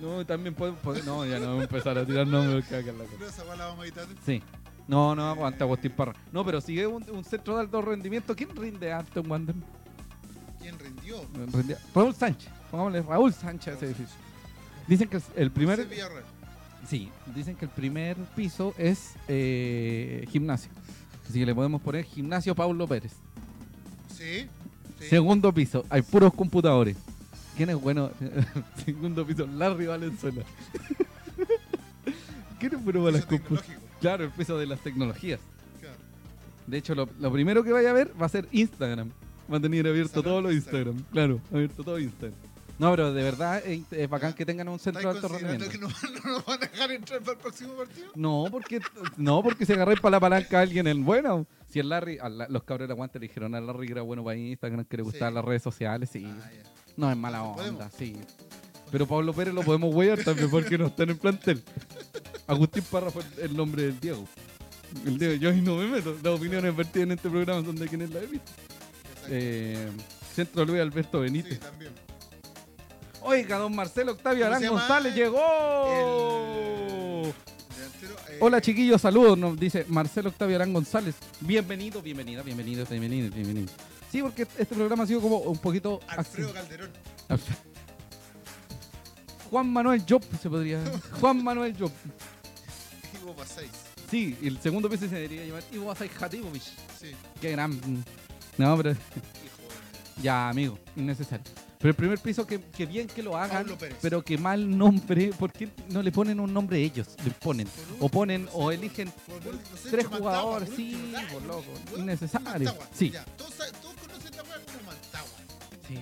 S2: No, también podemos. pod- No, ya no vamos a empezar a tirar nombres. caca la cosa.
S1: Pero esa weá la vamos a editar. después.
S2: Sí. No, no, aguanta Agustín Parra. No, pero si es un, un centro de alto rendimiento, ¿quién rinde alto en Wander?
S1: ¿Quién rindió?
S2: Rinde- Raúl Sánchez. Pongámosle Raúl Sánchez a ese edificio. Dicen que el
S1: Primer...
S2: primer. Sí, dicen que el primer piso es eh, gimnasio. Así que le podemos poner gimnasio Pablo Pérez.
S1: Sí. sí.
S2: Segundo piso, hay puros computadores. ¿Quién es bueno? Segundo piso, Larry Valenzuela. ¿Quién es bueno para las
S1: Piso
S2: computadoras?
S1: tecnológico,
S2: Claro, el piso de las tecnologías.
S1: claro.
S2: De hecho, lo, lo primero que vaya a ver va a ser Instagram. Va a tener abierto
S1: Instagram,
S2: todo lo
S1: Instagram.
S2: Instagram. Claro, abierto todo Instagram. No, pero de verdad es, es bacán que tengan un centro de
S1: ¿Estáis
S2: alto
S1: considerando
S2: rendimiento.
S1: que no, no nos van a dejar entrar para el próximo partido?
S2: No, porque no porque se agarré para la palanca a alguien el bueno. Si el Larry, a la- los cabros de la guante le dijeron a Larry que era bueno para Instagram, que le
S1: Sí.
S2: gustaban las redes sociales, sí.
S1: Ah, ya.
S2: No, es mala onda,
S1: Entonces podemos.
S2: sí. Pero Pablo Pérez lo podemos huear también porque no está en el plantel. Agustín Parra fue el nombre del Diego. El Diego, yo ahí no me meto. Las opiniones vertidas en este programa son de quienes la he visto.
S1: Exacto.
S2: Eh, Centro Luis Alberto
S1: sí,
S2: Benítez.
S1: también.
S2: Oiga, don Marcelo Octavio
S1: ¿Cómo
S2: Arán
S1: se llama?
S2: González llegó.
S1: El delantero, eh,
S2: Hola chiquillos, saludos, nos dice Marcelo Octavio Arán González. Bienvenido, bienvenida, bienvenido, bienvenido, bienvenido. Sí, porque este programa ha sido como un poquito...
S1: Alfredo Calderón.
S2: Alfredo. Juan Manuel Job se podría. Juan Manuel Job.
S1: Ivo Pasáis.
S2: Sí, el segundo piso se debería llamar Ivo Asai Jatibovich.
S1: Sí.
S2: Qué gran. mm, No, pero
S1: Hijo de...
S2: ya, amigo, innecesario. Pero el primer piso, que, que bien que lo hagan,
S1: Pablo Pérez.
S2: pero que mal nombre. ¿Por qué no le ponen un nombre ellos? Le ponen. O ponen, o eligen
S1: Por último, se
S2: tres
S1: echa Mantagua,
S2: jugadores.
S1: por último,
S2: Sí,
S1: dale,
S2: por
S1: loco,
S2: loco,
S1: weón.
S2: innecesario.
S1: Mantagua,
S2: Sí,
S1: ya, Todos, sa- todos conocen la weá como Mantagua.
S2: sí.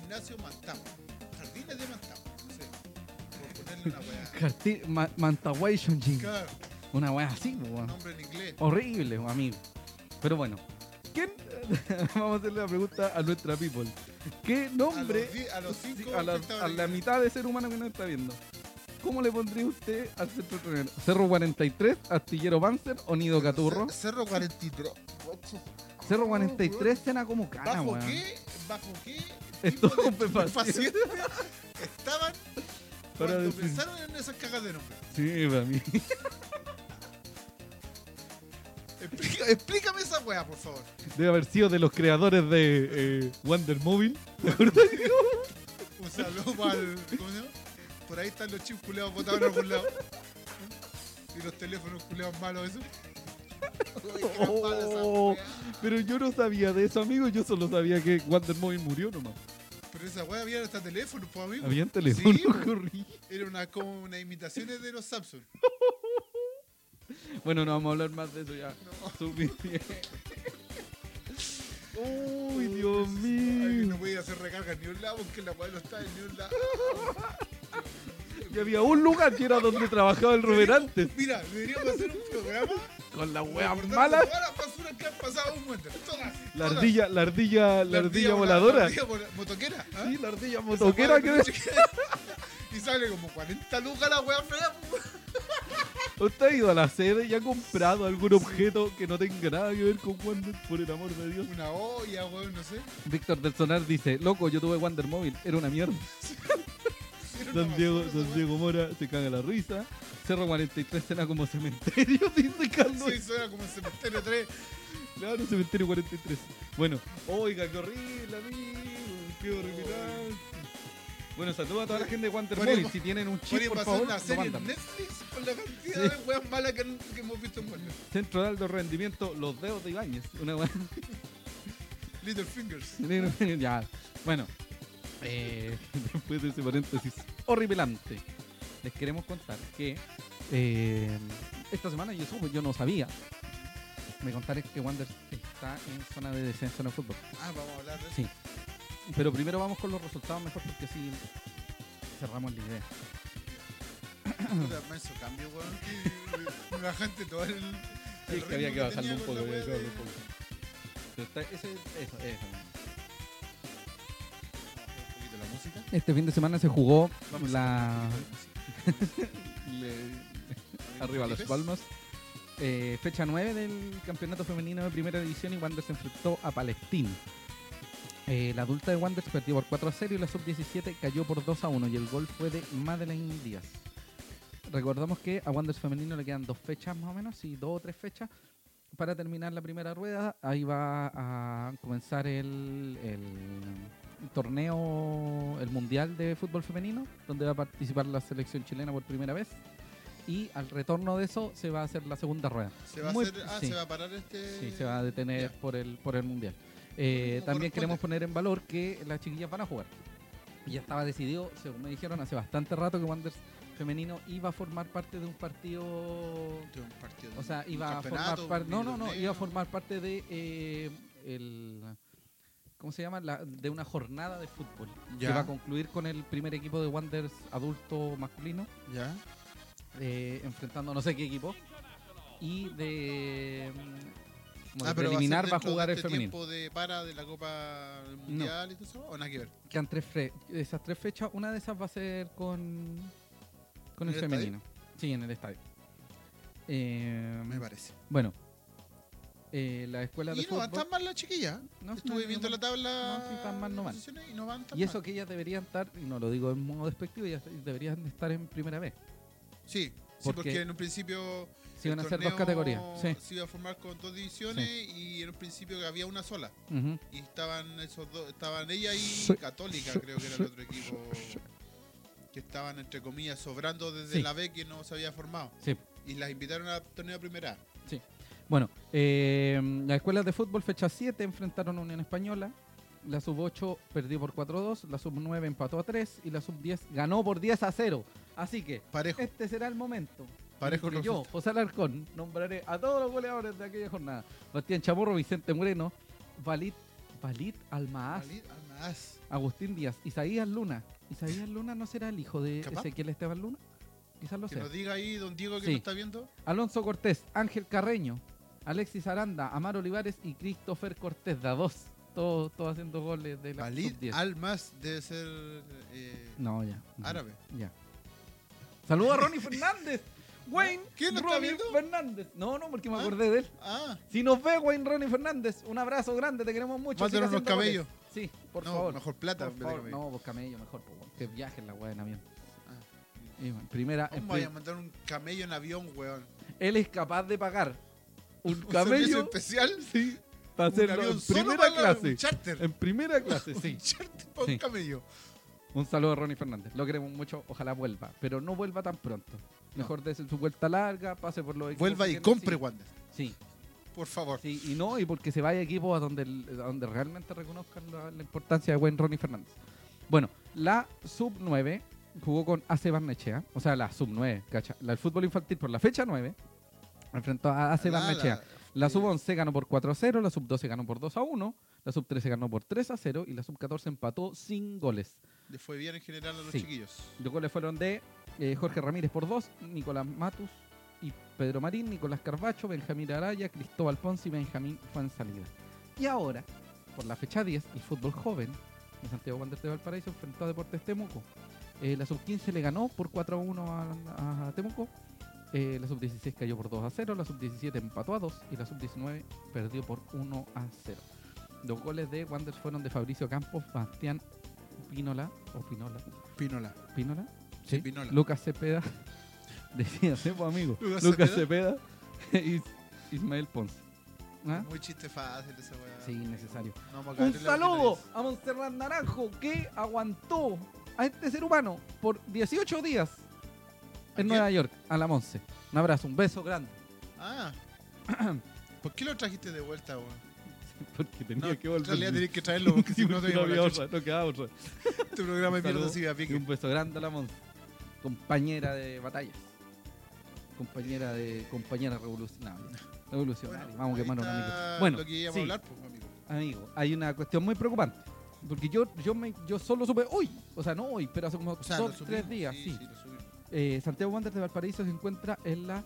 S1: Gimnasio Mantagua. Jardines de Mantagua. No sé. Por ponerle una weá.
S2: Carti- Ma- Mantaguay Shonjin.
S1: Claro,
S2: Una wea así, pues, weón.
S1: nombre en inglés.
S2: Horrible, amigo. Pero bueno. ¿Quién? Vamos a hacerle la pregunta a nuestra people. ¿Qué
S1: a
S2: nombre
S1: los, di- a los cinco
S2: a la, a
S1: espectadores.
S2: la mitad de ser humano que nos está viendo? ¿Cómo le pondría usted al centro entrenador? ¿Cerro 43, Astillero Panzer o Nido Caturro?
S1: Cer- Cerro 43.
S2: Cerro 43 cena como cana,
S1: Ah, ¿Bajo
S2: weón.
S1: qué? ¿Bajo qué?
S2: Esto
S1: tipo de
S2: paciente.
S1: estupefacientes Estaban
S2: Para
S1: cuando
S2: decir-
S1: pensaron en esas cagas de nombre.
S2: Sí, para mí.
S1: Explica- explícame esa weá, por favor.
S2: Debe haber sido de los creadores de eh, Wonder Mobile. ¿Te acuerdas?
S1: Un saludo al. ¿Cómo se llama? Por ahí están los chips culeados botados en algún lado. Y los teléfonos culeados malos, eso. Uy, qué
S2: Oh.
S1: mala esa weá.
S2: Pero yo no sabía de eso, amigo. Yo solo sabía que Wonder Mobile murió nomás.
S1: Pero esa weá había hasta teléfonos, pues amigo.
S2: Habían teléfono,
S1: Sí, po.
S2: corrí.
S1: Era una, como unas imitaciones de los Samsung.
S2: Bueno, no vamos a hablar más de eso ya.
S1: No.
S2: Suficiente. Uy,
S1: Ay,
S2: Dios
S1: que
S2: mío.
S1: No podía hacer recargas ni un lado porque la weá no está en ni un lado.
S2: Y había un lugar que era donde trabajaba el Rubén antes.
S1: Mira, deberíamos hacer un programa.
S2: Con las weas
S1: recordando
S2: malas.
S1: Todas las basuras que han pasado un momento. Todas.
S2: La
S1: todas.
S2: ardilla, la ardilla, la ardilla voladora.
S1: La ardilla vola- motoquera. ¿ah?
S2: Sí, la ardilla
S1: Esa
S2: motoquera
S1: weá
S2: que
S1: de peluche. Y sale como 40 lucas la weá fea. pues.
S2: ¿Usted ha ido a la sede y ha comprado algún objeto que no tenga nada que ver con Wander, por el amor de Dios?
S1: Una olla, weón, no sé.
S2: Víctor del Sonar dice, loco, yo tuve Wander Móvil, era una mierda.
S1: Era una
S2: Don Diego,
S1: basura,
S2: Don
S1: weón.
S2: Diego Mora se caga la risa. Cerro 43 cena como cementerio, dice Carlos.
S1: Sí, suena como el cementerio 3.
S2: Claro, cementerio 43. Bueno, oiga, qué horrible, amigo. Qué horrible. Bueno, saludos a toda la gente de Wander
S1: Podríamos-
S2: Móvil. Si tienen un chip,
S1: Podría
S2: por
S1: pasar
S2: favor,
S1: una
S2: lo
S1: serie en
S2: mandan.
S1: Netflix con la cantidad de weas malas que, que hemos visto en Wander.
S2: Centro de Aldo Rendimiento, Los Dedos de Ibáñez. Una buena...
S1: Little Fingers.
S2: ya. Bueno, eh, después de ese paréntesis horripilante, les queremos contar que eh, esta semana yo supe, yo no sabía. Me contaron que Wander está en zona de descenso en el fútbol.
S1: Ah, vamos a hablar de eso.
S2: Sí. Pero primero vamos con los resultados mejor porque así cerramos la idea.
S1: Puta, menso cambio, weón. que Me me bajaste todo el. el
S4: Sí, es
S1: ritmo
S4: que había que bajarlo
S1: tenía
S4: un
S1: con
S4: poco,
S1: la
S4: había
S1: wea
S4: que bajarlo
S1: de-
S4: un poco. Pero está, ese, eso, eso.
S1: Bajé un poquito la música.
S2: Este fin de semana se jugó
S1: Vamos
S2: la...
S1: a Le-
S2: Arriba las
S1: Felipe.
S2: palmas. Eh, fecha 9 del campeonato femenino de primera división y Wander se enfrentó a Palestín. Eh, la adulta de Wander perdió por 4 a 0 y la sub-17 cayó por 2 a 1 y el gol fue de Madeleine Díaz. Recordamos que a Wander femenino le quedan dos fechas más o menos, y dos o tres fechas para terminar la primera rueda. Ahí va a comenzar el, el torneo, el mundial de fútbol femenino, donde va a participar la selección chilena por primera vez. Y al retorno de eso se va a hacer la segunda rueda.
S1: Se va a
S2: Muy-
S1: hacer- ah,
S2: sí.
S1: se va a parar este.
S2: Sí, se va a detener
S1: Ya.
S2: por el, por el Mundial. Eh,
S1: Como
S2: también
S1: corresponde.
S2: queremos poner en valor que las chiquillas van a jugar. Y Ya estaba decidido, según me dijeron hace bastante rato, que Wanderers femenino iba a formar parte de un partido...
S1: Este es un partido de
S2: O sea,
S1: un
S2: iba a formar
S1: campeonato,
S2: parte...
S1: un
S2: No, no, no,
S1: torneo.
S2: iba a formar parte de eh, el... ¿Cómo se llama? La- de una jornada de fútbol.
S1: Ya.
S2: Que va a concluir con el primer equipo de Wanderers adulto masculino
S1: Ya. Ah,
S2: eh, enfrentando no sé qué equipo y de, mm, como de
S1: Ah, pero va a ser
S2: preliminar va a,
S1: dentro de
S2: jugar el
S1: este
S2: femenino.
S1: tiempo de para de la Copa del Mundial y todo eso? ¿O nada que ver?
S2: Quedan tres fe- esas tres fechas, una de esas va a ser con con
S1: ¿En
S2: el,
S1: el
S2: femenino. Sí, en el estadio. Eh,
S1: Me parece.
S2: bueno, eh, la escuela de
S1: Y no
S2: fútbol
S1: van tan mal las chiquillas. ¿eh?
S2: no,
S1: Estuve
S2: no,
S1: viendo
S2: no,
S1: la tabla
S2: no, sí, tan mal no
S1: de
S2: van.
S1: posiciones y no van tan
S2: Y eso
S1: mal.
S2: que ellas deberían estar, y no lo digo en modo despectivo, ellas deberían estar en primera vez.
S1: Sí, sí,
S2: porque-
S1: porque, en un principio.
S2: Sí,
S1: el
S2: van a ser dos
S1: torneo
S2: categorías. Sí.
S1: Se iba a formar con dos divisiones y en un principio que había una sola.
S2: Ujú.
S1: Y estaban esos dos, estaban ella y
S2: Sí.
S1: Católica, creo que era el otro equipo. Que estaban, entre comillas, sobrando desde
S2: Sí.
S1: la B que no se había formado.
S2: Sí.
S1: Y las invitaron a torneo de primera. A.
S2: Bueno, eh, las escuelas de fútbol fecha 7 enfrentaron a Unión Española. La sub 8 perdió por 4-2, la sub 9 empató a 3 y la sub 10 ganó por 10 a 0. Así que
S1: Parejo.
S2: este será el momento.
S1: Parejo
S2: en
S1: el
S2: que yo,
S1: resultado.
S2: José Alarcón, nombraré a todos los goleadores de aquella jornada. Bastián Chamorro, Vicente Moreno, Valit, Valit Almaaz,
S1: Valid Almaaz.
S2: Agustín Díaz, Isaías Luna. Isaías Luna no será el hijo de
S1: Capaz.
S2: Ezequiel Esteban Luna. Quizás lo
S1: Que
S2: sea.
S1: nos diga ahí, don Diego, que
S2: Sí.
S1: nos está viendo.
S2: Alonso Cortés, Ángel Carreño, Alexis Aranda, Amar Olivares y Christopher Cortés, da dos. Todos todos haciendo goles de la
S1: Valid
S2: sub-10.
S1: Almas debe ser eh,
S2: No, ya. no,
S1: árabe.
S2: Ya. Saludos a Ronnie Fernández. Wayne
S1: ¿Qué, no está
S2: Ronnie
S1: viendo?
S2: Fernández. No, no, porque me
S1: ¿Ah?
S2: acordé de él.
S1: Ah,
S2: Si nos ve, Wayne Ronnie Fernández, un abrazo grande, te queremos mucho.
S1: Mándanos
S2: sigue
S1: los
S2: haciendo goles.
S1: cabellos.
S2: Sí, por
S1: no,
S2: favor.
S1: mejor plata.
S2: Por
S1: en vez de
S2: favor,
S1: cabello.
S2: No, pues camello mejor, pues, weón. que viajen la weá en avión.
S1: Ah.
S2: Y, bueno, primera, en
S1: ¿Cómo vaya a
S2: prim-
S1: mandar un camello en avión, weón?
S2: él es capaz de pagar un
S1: ¿Un servicio
S2: camello
S1: especial? Sí.
S2: para
S1: Un
S2: hacerlo
S1: avión
S2: en
S1: solo
S2: primera
S1: para la-
S2: clase.
S1: Un charter.
S2: En primera clase, sí.
S1: Un charter para
S2: Sí.
S1: un camello.
S2: Un saludo a Ronnie Fernández. Lo queremos mucho. Ojalá vuelva. Pero no vuelva tan pronto. Mejor desde su vuelta larga, pase por los equipos.
S1: Vuelva y
S2: que
S1: compre,
S2: necesite.
S1: Wander.
S2: Sí,
S1: Por favor.
S2: sí. Y no, y porque se vaya a equipos a donde, a donde realmente reconozcan la, la importancia de buen Ronnie Fernández. Bueno, la sub 9 jugó con AC Barnechea. O sea, la sub 9, cacha. La del fútbol infantil por la fecha 9. Enfrentó a AC
S1: Ah,
S2: Barnechea. La
S1: eh,
S2: sub 11 ganó por 4 a 0, la sub 12 ganó por 2 a 1, la sub 13 ganó por 3 a 0 y la sub 14 empató sin goles.
S1: Le fue bien en general a los
S2: Sí.
S1: chiquillos.
S2: Los goles fueron de eh, Jorge Ramírez por 2, Nicolás Matus y Pedro Marín, Nicolás Carbacho, Benjamín Araya, Cristóbal Ponce y Benjamín Fuensalida. Y ahora, por la fecha 10, el fútbol joven de Santiago Wanderers de Valparaíso enfrentó a Deportes Temuco. Eh, la sub 15 le ganó por 4 a 1 a, a Temuco. Eh, la sub 16 cayó por 2 a 0, la sub 17 empató a 2 y la sub 19 perdió por 1 a 0. Los goles de Wanderers fueron de Fabricio Campos, Bastián Pinola o Pinola,
S1: Pinola.
S2: Pinola.
S1: Sí, Pinola.
S2: Lucas Cepeda. Decía, sepo amigo. Lucas,
S1: Lucas
S2: Cepeda. y Ismael Ponce. ¿Ah?
S1: Muy chiste fácil esa weá.
S2: Sí, innecesario.
S1: No vamos a
S2: Un
S1: caer en la
S2: saludo
S1: ordinariedad.
S2: a Montserrat Naranjo que aguantó a este ser humano por 18 días en
S1: quién?
S2: Nueva York, a la Monse. Un abrazo, un beso grande.
S1: Ah. ¿Por qué lo trajiste de vuelta, weón?
S2: Porque tenía
S1: No, en realidad tenés que traerlo porque si no te iba a la chucha.
S2: no quedaba otra.
S1: Este programa es mierda
S2: Saludo.
S1: así, a
S2: Y
S1: pique.
S2: un beso grande a la Monza, compañera de batallas, compañera de compañera revolucionaria. Revolucionaria,
S1: Bueno,
S2: vamos a
S1: ahí
S2: quemar a un
S1: está
S2: amigo. Bueno,
S1: lo que íbamos
S2: sí,
S1: a hablar, pues, amigo.
S2: amigo, hay una cuestión muy preocupante. Porque yo, yo, me, yo solo supe hoy, o sea, no hoy, pero hace como
S1: O sea,
S2: dos,
S1: lo subimos,
S2: tres días, sí.
S1: lo subimos.
S2: Eh, Santiago Wanderers de Valparaíso se encuentra en la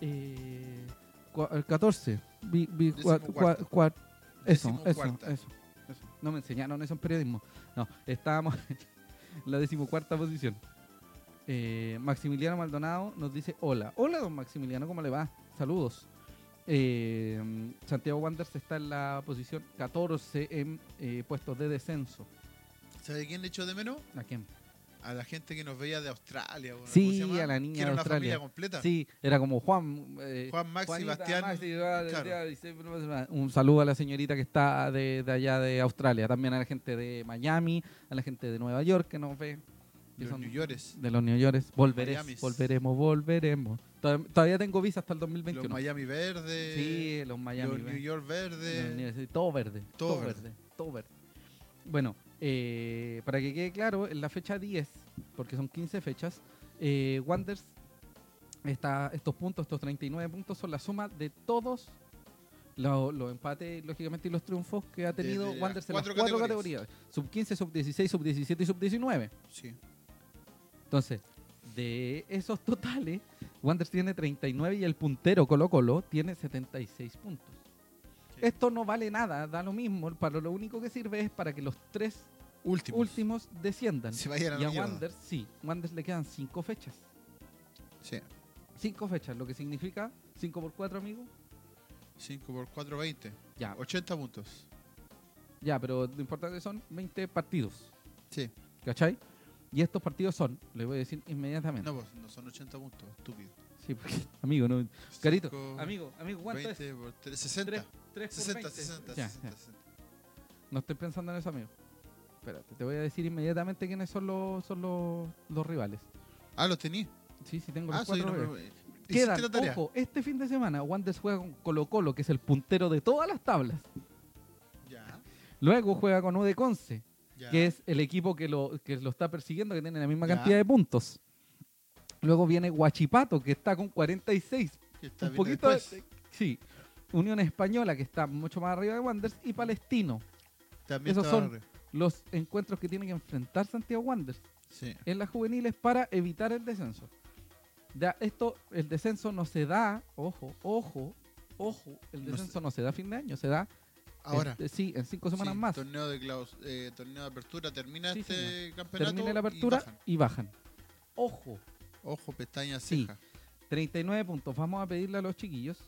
S2: eh, cua- eh, 14. Vi- vi- cua- cua-
S1: Decimocuarta.
S2: cua- eso, eso, eso,
S1: Decimocuarta.
S2: eso. No me enseñaron eso en periodismo. No, estábamos en la decimocuarta posición. Eh, Maximiliano Maldonado nos dice hola. Hola, don Maximiliano, ¿cómo le va? Saludos. Eh, Santiago Wanderers está en la posición 14 en eh, puestos de descenso.
S1: ¿Sabe quién le echó de menos?
S2: ¿A quién?
S1: A la gente que nos veía de Australia. bueno,
S2: Sí,
S1: ¿cómo se llama?
S2: a la niña
S1: Que era
S2: de
S1: una
S2: Australia.
S1: familia completa.
S2: Sí, era como Juan. eh,
S1: Juan, Max,
S2: Juanita,
S1: Sebastián.
S2: Maxi, ah, de-
S1: claro.
S2: de- de- Un saludo a la señorita que está de, de allá de Australia, también a la gente de Miami, a la gente de Nueva York que nos ve. que
S1: Los
S2: son
S1: New Yorkers.
S2: De los New Yorkers. Volveremos,
S1: Miamis.
S2: volveremos, volveremos. Todav- Todavía tengo visa hasta el
S1: Los
S2: 2021.
S1: Miami Verde.
S2: sí, los Miami.
S1: los
S2: ve.
S1: New York
S2: Los New
S1: Verde.
S2: York, sí, todo verde. Todo,
S1: Todo
S2: verde.
S1: verde.
S2: Todo verde. Bueno, eh, para que quede claro, en la fecha 10, porque son 15 fechas, eh, Wanders, está, estos puntos, estos 39 puntos, son la suma de todos lo- los empates, lógicamente, y los triunfos que ha tenido
S1: Desde las
S2: Wanders en las
S1: cuatro
S2: cuatro categorías.
S1: categorías.
S2: Sub 15, sub 16, sub 17 y sub 19.
S1: Sí.
S2: Entonces, de esos totales, Wanders tiene 39 y el puntero Colo Colo tiene 76 puntos.
S1: Sí.
S2: Esto no vale nada, da lo mismo, para lo único que sirve es para que los tres
S1: Últimos.
S2: últimos desciendan.
S1: Se vayan a la
S2: y a
S1: mierda.
S2: Wanders, sí, Wanders le quedan cinco fechas.
S1: Sí.
S2: Cinco fechas, lo que significa 5 por 4, amigo.
S1: 5 por 4, 20.
S2: Ya,
S1: 80 puntos.
S2: ya, pero lo importante son 20 partidos,
S1: Sí.
S2: ¿cachai? Y estos partidos son, le voy a decir inmediatamente.
S1: No, pues no son 80 puntos. Estúpido.
S2: Sí, porque- amigo, no. Carito,
S1: Cinco,
S2: amigo, amigo, ¿cuánto
S1: 20 por 3, 60.
S2: Tres- es?
S1: 60,
S2: 60,
S1: 60, 60,
S2: No estoy pensando en eso, amigo. Espérate, te voy a decir inmediatamente quiénes son los, son los, los rivales.
S1: Ah, los tení.
S2: Sí, sí, tengo los
S1: Ah, soy
S2: cuatro
S1: no,
S2: rivales.
S1: no, hiciste
S2: Quedan,
S1: la tarea.
S2: ojo, este fin de semana Wanderers juega con Colo Colo, que es el puntero de todas las tablas.
S1: Ya,
S2: Luego juega con UD Conce,
S1: ya.
S2: que es el equipo que lo, que lo está persiguiendo, que tiene la misma
S1: Ya.
S2: cantidad de puntos. Luego viene Huachipato, que está con 46.
S1: Que está
S2: un
S1: bien
S2: poquito
S1: después.
S2: Sí. Unión Española, que está mucho más arriba de Wanderers, y Palestino.
S1: También
S2: esos
S1: estaba
S2: son-
S1: arriba.
S2: Los encuentros que tiene que enfrentar Santiago Wanderers.
S1: Sí.
S2: en las juveniles para evitar el descenso. Ya, esto, el descenso no se da, ojo, ojo, ojo, el
S1: No
S2: descenso no se da a fin de año, se da
S1: Ahora.
S2: en- sí, en cinco Este, semanas
S1: sí,
S2: más.
S1: Torneo de, claus- eh, torneo de apertura. Termina
S2: Sí,
S1: este campeonato.
S2: Termina la
S1: y
S2: apertura
S1: bajan.
S2: y bajan. Ojo,
S1: Ojo, pestaña,
S2: Sí.
S1: ceja.
S2: 39 puntos. Vamos a pedirle a los chiquillos.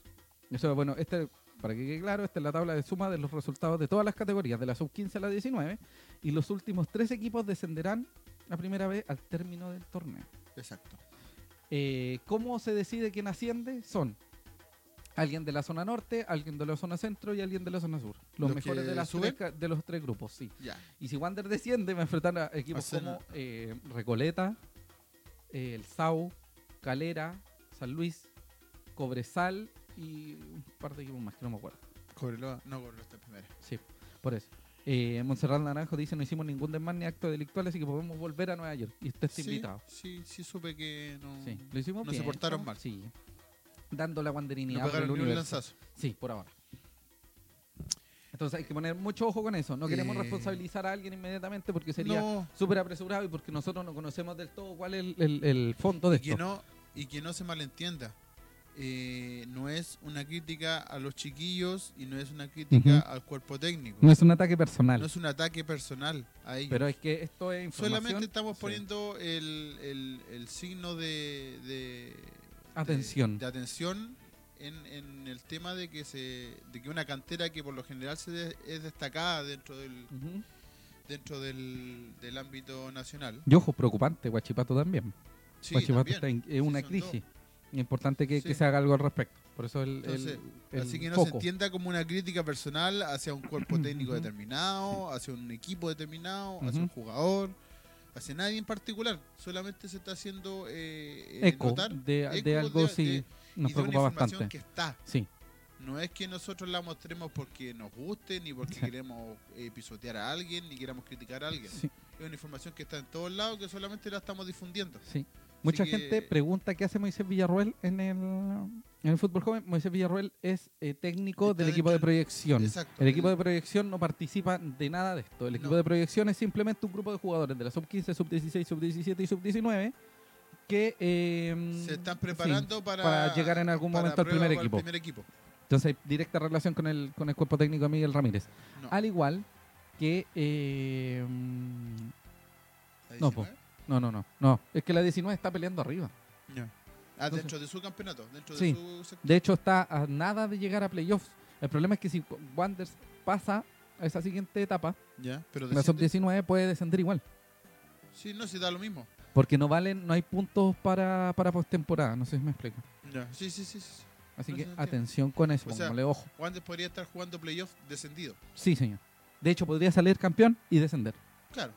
S2: Eso, bueno, este, para que quede claro, esta es la tabla de suma de los resultados de todas las categorías, de la sub 15 a la 19. Y los últimos tres equipos descenderán la primera vez al término del torneo.
S1: Exacto.
S2: Eh, ¿Cómo se decide quién asciende? Son alguien de la zona norte, alguien de la zona centro y alguien de la zona sur. Los,
S1: ¿Los
S2: mejores
S1: que
S2: de, las
S1: suben?
S2: tres ca- de los tres grupos, sí.
S1: Ya.
S2: Y si Wander desciende, va a enfrentar a equipos
S1: Arsenal.
S2: como eh, Recoleta, eh, El Sau, Calera, San Luis, Cobresal y un par de equipos más que no me acuerdo.
S1: Cobreloa. No, este Cobreloa está primera.
S2: Sí, por eso. Eh, Montserrat Naranjo dice: No hicimos ningún desmán ni acto delictual, así que podemos volver a Nueva York. Y usted está
S1: sí,
S2: invitado.
S1: Sí, sí, supe que no.
S2: Sí, lo hicimos
S1: No
S2: bien.
S1: se portaron
S2: estamos-
S1: mal.
S2: Sí. Dando la
S1: No
S2: wanderinidad por el
S1: pagaron ni un
S2: universo.
S1: lanzazo.
S2: Sí, por ahora. Entonces hay que poner mucho ojo con eso. No queremos
S1: Eh.
S2: responsabilizar a alguien inmediatamente porque sería
S1: No,
S2: súper apresurado y porque nosotros no conocemos del todo cuál es el, el- el fondo de
S1: y que
S2: esto.
S1: no, y que no se malentienda. Eh, no es una crítica a los chiquillos y no es una crítica
S2: Ujú.
S1: al cuerpo técnico.
S2: No es un ataque personal.
S1: No es un ataque personal a ellos.
S2: pero es que esto es información.
S1: Solamente estamos
S2: Sí.
S1: poniendo el, el- el signo de, de-
S2: Atención.
S1: de, de atención en, en el tema de que se de que una cantera que por lo general se de- es destacada dentro del
S2: Ujú.
S1: dentro del, del ámbito nacional.
S2: Y ojo, preocupante, Guachipato también.
S1: Sí,
S2: Guachipato
S1: también.
S2: está en es una
S1: son
S2: crisis. Importante que, que
S1: Sí.
S2: se haga algo al respecto. Por eso el, el-
S1: Entonces,
S2: el
S1: Así que no se
S2: foco.
S1: entienda como una crítica personal hacia un cuerpo técnico
S2: Ujú.
S1: determinado, hacia un equipo determinado,
S2: Ujú.
S1: hacia un jugador, hacia nadie en particular. Solamente se está haciendo eh, eh,
S2: eco
S1: notar
S2: de, de
S1: eco
S2: algo
S1: de-
S2: sí
S1: de-
S2: nos
S1: y de una
S2: preocupa
S1: información
S2: bastante.
S1: que está.
S2: Sí,
S1: No es que nosotros la mostremos porque nos guste, ni porque
S2: Sí.
S1: queremos eh, pisotear a alguien, ni queramos criticar a alguien.
S2: sí,
S1: Es una información que está en todos lados que solamente la estamos difundiendo.
S2: sí. Mucha
S1: que-
S2: gente pregunta qué hace Moisés Villarruel en el, en el fútbol joven. Moisés Villarruel es eh, técnico
S1: Está
S2: del equipo de
S1: dentro
S2: proyección.
S1: Exacto.
S2: El equipo de proyección no participa de nada de esto. El equipo
S1: No.
S2: de proyección es simplemente un grupo de jugadores de la sub 15, sub 16, sub 17 y sub 19 que... eh,
S1: Se están
S2: sí,
S1: preparando para,
S2: para llegar en algún
S1: para
S2: momento al
S1: prueba
S2: primer
S1: con el
S2: equipo.
S1: primer equipo.
S2: entonces hay directa relación con el, con el cuerpo técnico de Miguel Ramírez.
S1: No,
S2: Al igual que... eh, mm,
S1: la
S2: no, po.
S1: 19.
S2: no, no, no, no. Es que la 19 está peleando arriba.
S1: Ya. Ah,
S2: Entonces-
S1: dentro de su campeonato, dentro
S2: Sí.
S1: de su sector.
S2: De hecho, está a nada de llegar a playoffs. El problema es que si Wanders pasa a esa siguiente etapa,
S1: Ya, pero
S2: la
S1: desciende.
S2: sub-19 puede descender igual.
S1: Sí, no, si da lo mismo.
S2: Porque no valen, no hay puntos para, para postemporada. No sé si me explico.
S1: Ya. Sí, sí, sí. sí.
S2: Así
S1: No,
S2: que
S1: sí, entiendo.
S2: atención con eso,
S1: O sea-
S2: pongámosle ojo.
S1: Wander podría estar jugando playoff descendido.
S2: Sí, señor. De hecho, podría salir campeón y descender.
S1: Claro.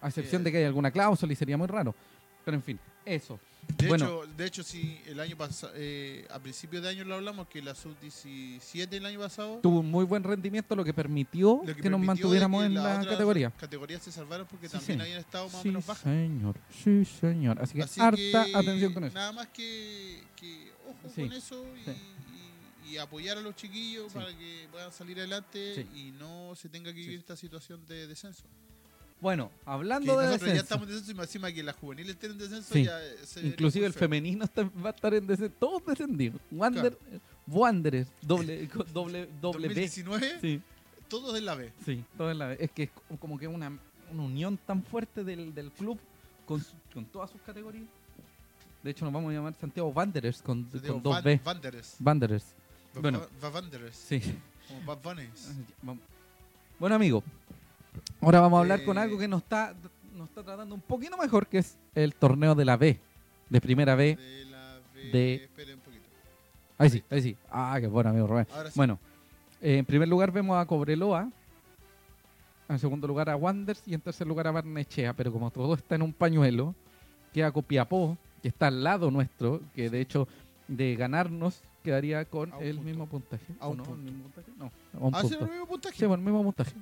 S2: A excepción
S1: Eh.
S2: de que haya alguna cláusula y sería muy raro. Pero en fin, eso.
S1: De,
S2: Bueno.
S1: hecho, de hecho, si el año pasado, a principios de año lo hablamos, que la sub-17 el año pasado,
S2: Tuvo un muy buen rendimiento, lo que permitió
S1: lo
S2: que,
S1: que permitió
S2: nos mantuviéramos
S1: de que
S2: en
S1: las
S2: la
S1: otras
S2: categoría.
S1: Categorías se salvaron porque
S2: Sí,
S1: también
S2: sí.
S1: habían estado más o
S2: Sí,
S1: menos bajas.
S2: señor. Sí, señor. Así que
S1: Así
S2: harta
S1: que
S2: atención con eso.
S1: Nada más que, que ojo
S2: Sí,
S1: con eso y,
S2: sí.
S1: y- y apoyar a los chiquillos
S2: Sí.
S1: para que puedan salir adelante
S2: Sí.
S1: y no se tenga que vivir esta situación de descenso.
S2: Bueno,
S1: Que
S2: hablando de
S1: nosotros ya
S2: descenso,
S1: estamos en descenso y más encima que las juveniles estén en descenso.
S2: Sí.
S1: Ya eh, se
S2: inclusive
S1: vería
S2: el
S1: muy feo.
S2: femenino está- va a estar en descenso. Todos descendidos. Wander, eh, Wanderers, doble, con doble, doble B.
S1: 2019,
S2: Sí,
S1: todos en la B.
S2: sí, todo en la vez. Es que es co- como que una, una unión tan fuerte del, del club con, su- con todas sus categorías. De hecho, nos vamos a llamar Santiago Wanderers con,
S1: Digo,
S2: con dos
S1: Van-
S2: B.
S1: Wanderers.
S2: Wanderers,
S1: Va-
S2: Bueno.
S1: Va va Wanderers.
S2: sí.
S1: Como Bad Bunnies.
S2: Vamos. Bueno, amigo, ahora vamos a hablar con
S1: Eh.
S2: algo que nos está, nos está tratando un poquito mejor, que es el torneo de la B, de primera B.
S1: De la B.
S2: de-
S1: Esperen un poquito.
S2: Ahí sí, ahí sí. Ah, qué bueno, amigo Rubén.
S1: Ahora sí.
S2: Bueno, eh, en primer lugar vemos a Cobreloa, en segundo lugar a Wanders y en tercer lugar a Barnechea, pero como todo está en un pañuelo, queda Copiapó, que está al lado nuestro, que de hecho de ganarnos quedaría con
S1: A un
S2: el
S1: punto.
S2: mismo puntaje.
S1: A
S2: ¿O
S1: un
S2: no?
S1: punto.
S2: ¿El mismo puntaje? No, a un
S1: Ah, sí,
S2: punto.
S1: el mismo puntaje.
S2: Sí, bueno, el mismo puntaje.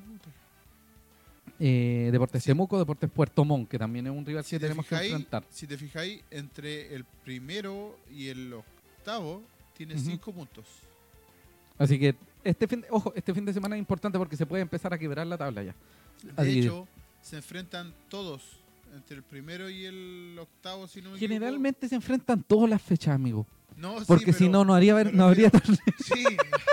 S2: Eh, Deportes Temuco, Deportes Puerto Montt, que también es un rival
S1: Si
S2: que
S1: te
S2: tenemos que
S1: fijáis-
S2: enfrentar.
S1: Si te fijáis, entre el primero y el octavo tiene
S2: Ujú.
S1: 5 puntos.
S2: Así que este fin, de- ojo, este fin de semana es importante porque se puede empezar a quebrar la tabla ya.
S1: De
S2: Así que-
S1: hecho, se enfrentan todos entre el primero y el octavo, si no me equivoco.
S2: Generalmente se enfrentan todas las fechas, amigo.
S1: No, sí,
S2: Porque si
S1: pero-
S2: no, no, haría,
S1: pero
S2: no habría torneo.
S1: Sí,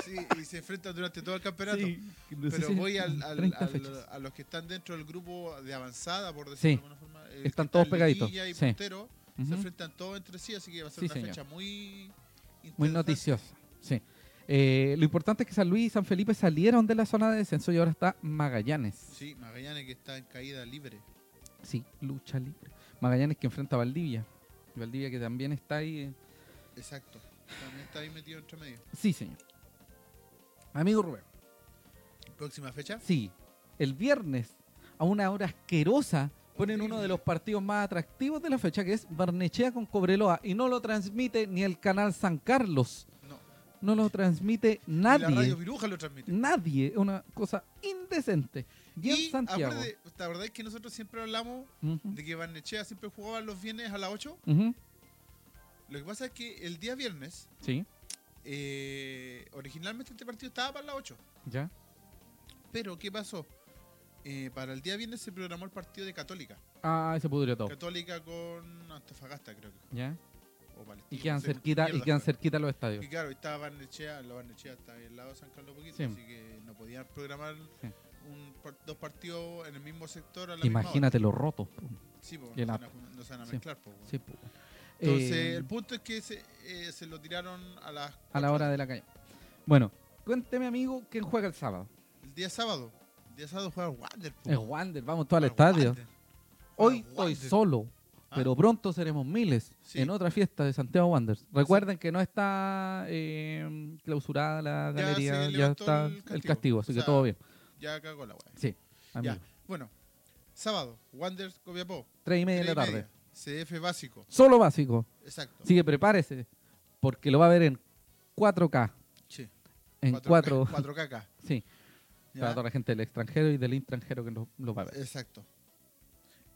S1: sí, y se enfrentan durante todo el campeonato. Pero voy al, al-
S2: 30
S1: al-
S2: fechas.
S1: a los que están dentro del grupo de avanzada, por decirlo
S2: Sí.
S1: de alguna forma. el que
S2: Están
S1: está
S2: todos
S1: en
S2: pegaditos,
S1: liguilla y
S2: sí.
S1: puntero,
S2: Ujú.
S1: Se enfrentan todos entre sí, así que va a ser
S2: Sí,
S1: una
S2: señor.
S1: fecha muy...
S2: Muy
S1: interesante.
S2: noticiosa. Sí. Eh, lo importante es que San Luis y San Felipe salieron de la zona de descenso y ahora está Magallanes.
S1: Sí, Magallanes que está en caída libre.
S2: Sí, lucha libre. Magallanes que enfrenta a Valdivia. Valdivia que también está ahí. eh.
S1: Exacto. También está ahí metido entre medio.
S2: Sí, señor. Amigo Rubén.
S1: Próxima fecha.
S2: Sí, el viernes, a una hora asquerosa, ponen
S1: Horrible.
S2: uno de los partidos más atractivos de la fecha, que es Barnechea con Cobreloa, y no lo transmite ni el canal San Carlos,
S1: No.
S2: no lo transmite
S1: Y la radio
S2: nadie,
S1: Viruja lo transmite.
S2: nadie, es una cosa indecente. Y, en Santiago.
S1: aparte, la verdad es que nosotros siempre hablamos
S2: Ujú,
S1: de que Barnechea siempre jugaba los viernes a las 8.
S2: ujú,
S1: Lo que pasa es que el día viernes,
S2: Sí,
S1: eh, originalmente este partido estaba para las 8.
S2: ya.
S1: Pero, ¿qué pasó? Eh, para el día viernes se programó el partido de Católica.
S2: Ah, se pudrió todo.
S1: Católica con Antofagasta, creo que.
S2: Ya.
S1: O Palestino,
S2: Y quedan
S1: no sé,
S2: cerquita, y
S1: mierda
S2: quedan
S1: fue.
S2: cerquita los
S1: Y
S2: estadios.
S1: claro, estaba Barnechea, la Barnechea está ahí al lado de San Carlos poquito,
S2: Sí.
S1: así que no podían programar
S2: Sí.
S1: un par- dos partidos en el mismo sector a la
S2: Imagínate lo roto.
S1: misma hora. Sí, po,
S2: qué
S1: no, se
S2: lata.
S1: van a- no se van a
S2: Sí.
S1: mezclar, po, weón.
S2: Sí, po.
S1: Entonces,
S2: Eh,
S1: el punto es que se, eh, se lo tiraron a las
S2: a la
S1: cuatro.
S2: hora de la calle. Bueno, cuénteme, amigo, ¿quién juega el sábado?
S1: El día sábado. El día sábado juega Wander, po.
S2: El Wander, vamos todos al
S1: Juega
S2: estadio.
S1: Wander.
S2: Hoy
S1: Juega
S2: estoy
S1: Wander.
S2: solo,
S1: Ah.
S2: pero pronto seremos miles
S1: Sí.
S2: en otra fiesta de Santiago Wanderers. Recuerden que no está eh, clausurada la
S1: Ya
S2: galería,
S1: se
S2: ya,
S1: levantó
S2: está
S1: el
S2: el
S1: castigo.
S2: castigo, así
S1: O
S2: que
S1: sea,
S2: todo bien.
S1: Ya cagó la weá.
S2: Sí, amigo.
S1: Ya. Bueno, sábado, Wander Copiapó.
S2: Tres y media de
S1: tres
S2: la
S1: y
S2: tarde.
S1: media. CF básico.
S2: Solo básico.
S1: Exacto.
S2: Así que prepárese, porque lo va a ver en 4K.
S1: Sí.
S2: En 4
S1: 4 4K. acá.
S2: sí,
S1: Ya.
S2: para toda la gente del extranjero y del extranjero que lo, lo va a ver.
S1: Exacto.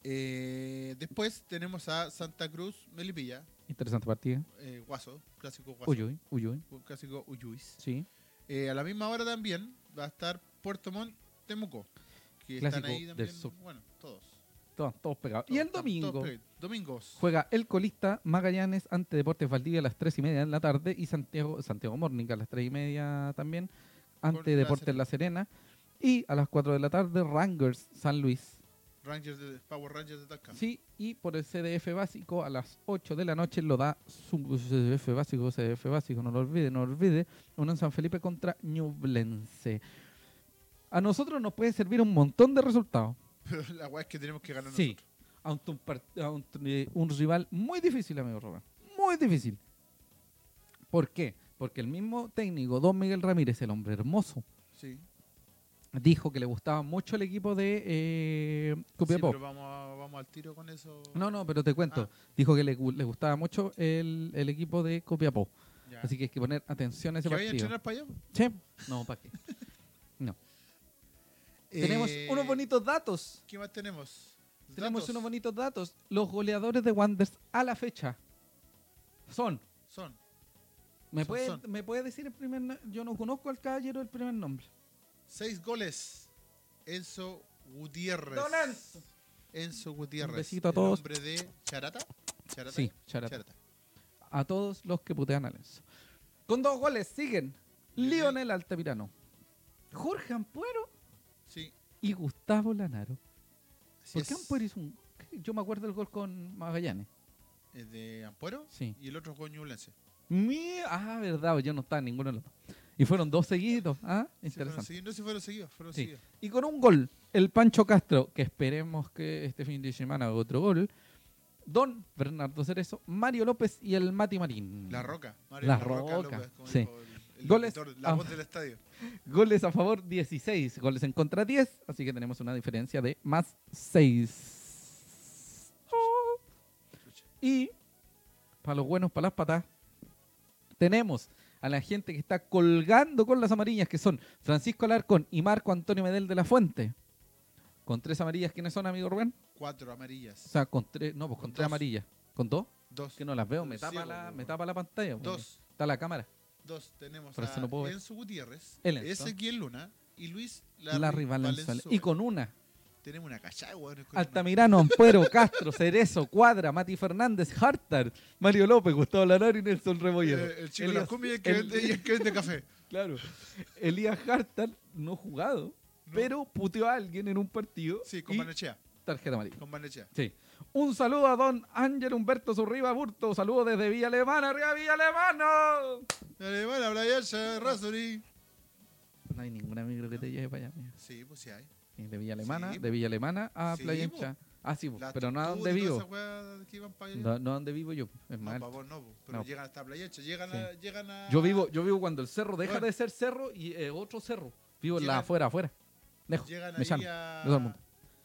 S1: Eh, después tenemos a Santa Cruz, Melipilla,
S2: Interesante partida.
S1: eh, Guaso, clásico Guaso,
S2: Uyuy, uyuy,
S1: un clásico Uyuis.
S2: sí.
S1: Eh, a la misma hora también va a estar Puerto Montt, Temuco, que
S2: Clásico
S1: están ahí
S2: del
S1: también,
S2: sur.
S1: bueno, todos.
S2: Todos, todos pegados. Y el domingo
S1: Domingos.
S2: juega el colista Magallanes ante Deportes Valdivia a las 3 y media de la tarde y Santiago, Santiago Morning a las 3 y media también
S1: Con
S2: ante
S1: La
S2: Deportes
S1: Serena.
S2: La Serena. Y a las 4 de la tarde Rangers San Luis.
S1: Rangers de Power Rangers de Talca.
S2: Sí, y por el CDF básico a las 8 de la noche lo da su CDF básico, CDF básico, no lo olvide, no lo olvide. Unión San Felipe contra Ñublense. A nosotros nos puede servir un montón de resultados.
S1: Pero la weá es que tenemos que ganar
S2: Sí, ante un, par- ante, eh, un rival muy difícil, amigo Rubén. Muy difícil. ¿Por qué? Porque el mismo técnico, don Miguel Ramírez, el hombre hermoso,
S1: nosotros. Sí.
S2: dijo que le gustaba mucho el equipo de eh,
S1: Sí,
S2: Copiapó.
S1: pero Ah. vamos, a- vamos al tiro con eso.
S2: No, no, pero te cuento. Dijo que le, gu- le gustaba mucho el, el equipo de Copiapó.
S1: Ya.
S2: Así que hay que poner atención a ese
S1: Ah. ¿Que vaya a
S2: partido.
S1: entrenar para allá?
S2: Sí. No, ¿para qué? No. Tenemos
S1: Eh,
S2: unos bonitos datos.
S1: ¿Qué más tenemos?
S2: Tenemos
S1: Datos
S2: unos bonitos datos. Los goleadores de Wanders a la fecha son.
S1: Son.
S2: ¿Me
S1: Son,
S2: puede,
S1: son.
S2: ¿Me puede decir el primer no- Yo no conozco al caballero del primer nombre.
S1: Seis goles. Enzo Gutiérrez.
S2: Don Enzo.
S1: Enzo Gutiérrez.
S2: Un besito a todos.
S1: El nombre de Charata. Charata.
S2: Sí, Charata. A todos los que putean a Lenzo. Con dos goles siguen Lionel Altamirano, Jorge Ampuero
S1: Sí.
S2: y Gustavo Lanaro.
S1: así
S2: Porque
S1: es.
S2: Ampuero hizo un. Yo me acuerdo del gol con Magallanes.
S1: ¿Es de Ampuero?
S2: Sí.
S1: Y el otro con Ñublense.
S2: Mi- Ah, verdad, yo no estaba en ninguno de los dos. Y fueron dos seguidos. Ah,
S1: Sí, fueron
S2: interesante.
S1: seguidos. no, sí fueron seguidos. Fueron
S2: Sí.
S1: seguidos.
S2: Y con un gol, el Pancho Castro, que esperemos que este fin de semana haga otro gol. Don Bernardo Cerezo, Mario López y el Mati Marín.
S1: La Roca. Mario
S2: La
S1: La Roca.
S2: Roca,
S1: López, como
S2: sí.
S1: dijo el- el
S2: Goles
S1: locutor, la
S2: a-
S1: voz del estadio.
S2: Goles a favor 16, goles en contra 10, así que tenemos una diferencia de más 6. Y para los buenos, para las patas, tenemos a la gente que está colgando con las amarillas, que son Francisco Alarcón y Marco Antonio Medel de la Fuente. Con tres amarillas, ¿quiénes son, amigo Rubén?
S1: Cuatro
S2: O
S1: amarillas.
S2: sea, con tres, no, pues con,
S1: Con
S2: tres
S1: dos.
S2: amarillas. ¿Con dos?
S1: Dos.
S2: Que no las veo, me
S1: Eres
S2: tapa,
S1: ciego,
S2: la,
S1: weón.
S2: me tapa la pantalla. porque
S1: Dos.
S2: Está la cámara.
S1: Dos. Tenemos
S2: Por eso
S1: a
S2: no puedo ver.
S1: Enzo Gutiérrez.
S2: El Enzo.
S1: Ezequiel Luna. Y Luis
S2: La,
S1: Larry
S2: rival
S1: Valenzuela.
S2: Y con una.
S1: Tenemos una cachada, weón. con una-
S2: Altamirano, Ampuero, Castro, Cerezo, Cuadra, Mati Fernández, Hartar, Mario López, Gustavo Lanaro y Nelson Rebolledo.
S1: Eh, el chico de la
S2: Elías-
S1: cumbia y el que,
S2: el-
S1: vende, y el que vende café.
S2: Claro. Elías Hartar no jugado,
S1: No.
S2: pero puteó a alguien en un partido.
S1: Sí, con
S2: y
S1: Banechea.
S2: tarjeta amarilla.
S1: Con Banechea.
S2: Sí. Un saludo a don Ángel Humberto Zurriba Burto. Saludo desde Villa Alemana, arriba Villa Alemana.
S1: Dale, bueno, Brian, ya, Razori.
S2: No hay ninguna micro que te lleve para allá. mira.
S1: Sí, pues sí hay.
S2: Sí, De Villa Alemana,
S1: Sí,
S2: de Villa Alemana a
S1: Sí,
S2: Playa
S1: po.
S2: Ancha. Ah, sí, po,
S1: Las
S2: pero no a donde
S1: tortugas y todas
S2: vivo.
S1: esas weas que iban pa' allá.
S2: No, no a donde vivo yo, es
S1: No,
S2: mal.
S1: pa' vos no, po, pero
S2: No.
S1: llegan hasta Playa Ancha, llegan,
S2: Sí.
S1: a, llegan a...
S2: Yo vivo, yo vivo cuando el cerro deja
S1: Bueno.
S2: de ser cerro y eh, otro cerro. Vivo en la
S1: Llegan-
S2: afuera, afuera. Lejos.
S1: Llegan
S2: me
S1: ahí
S2: llamo.
S1: a-
S2: de todo el mundo.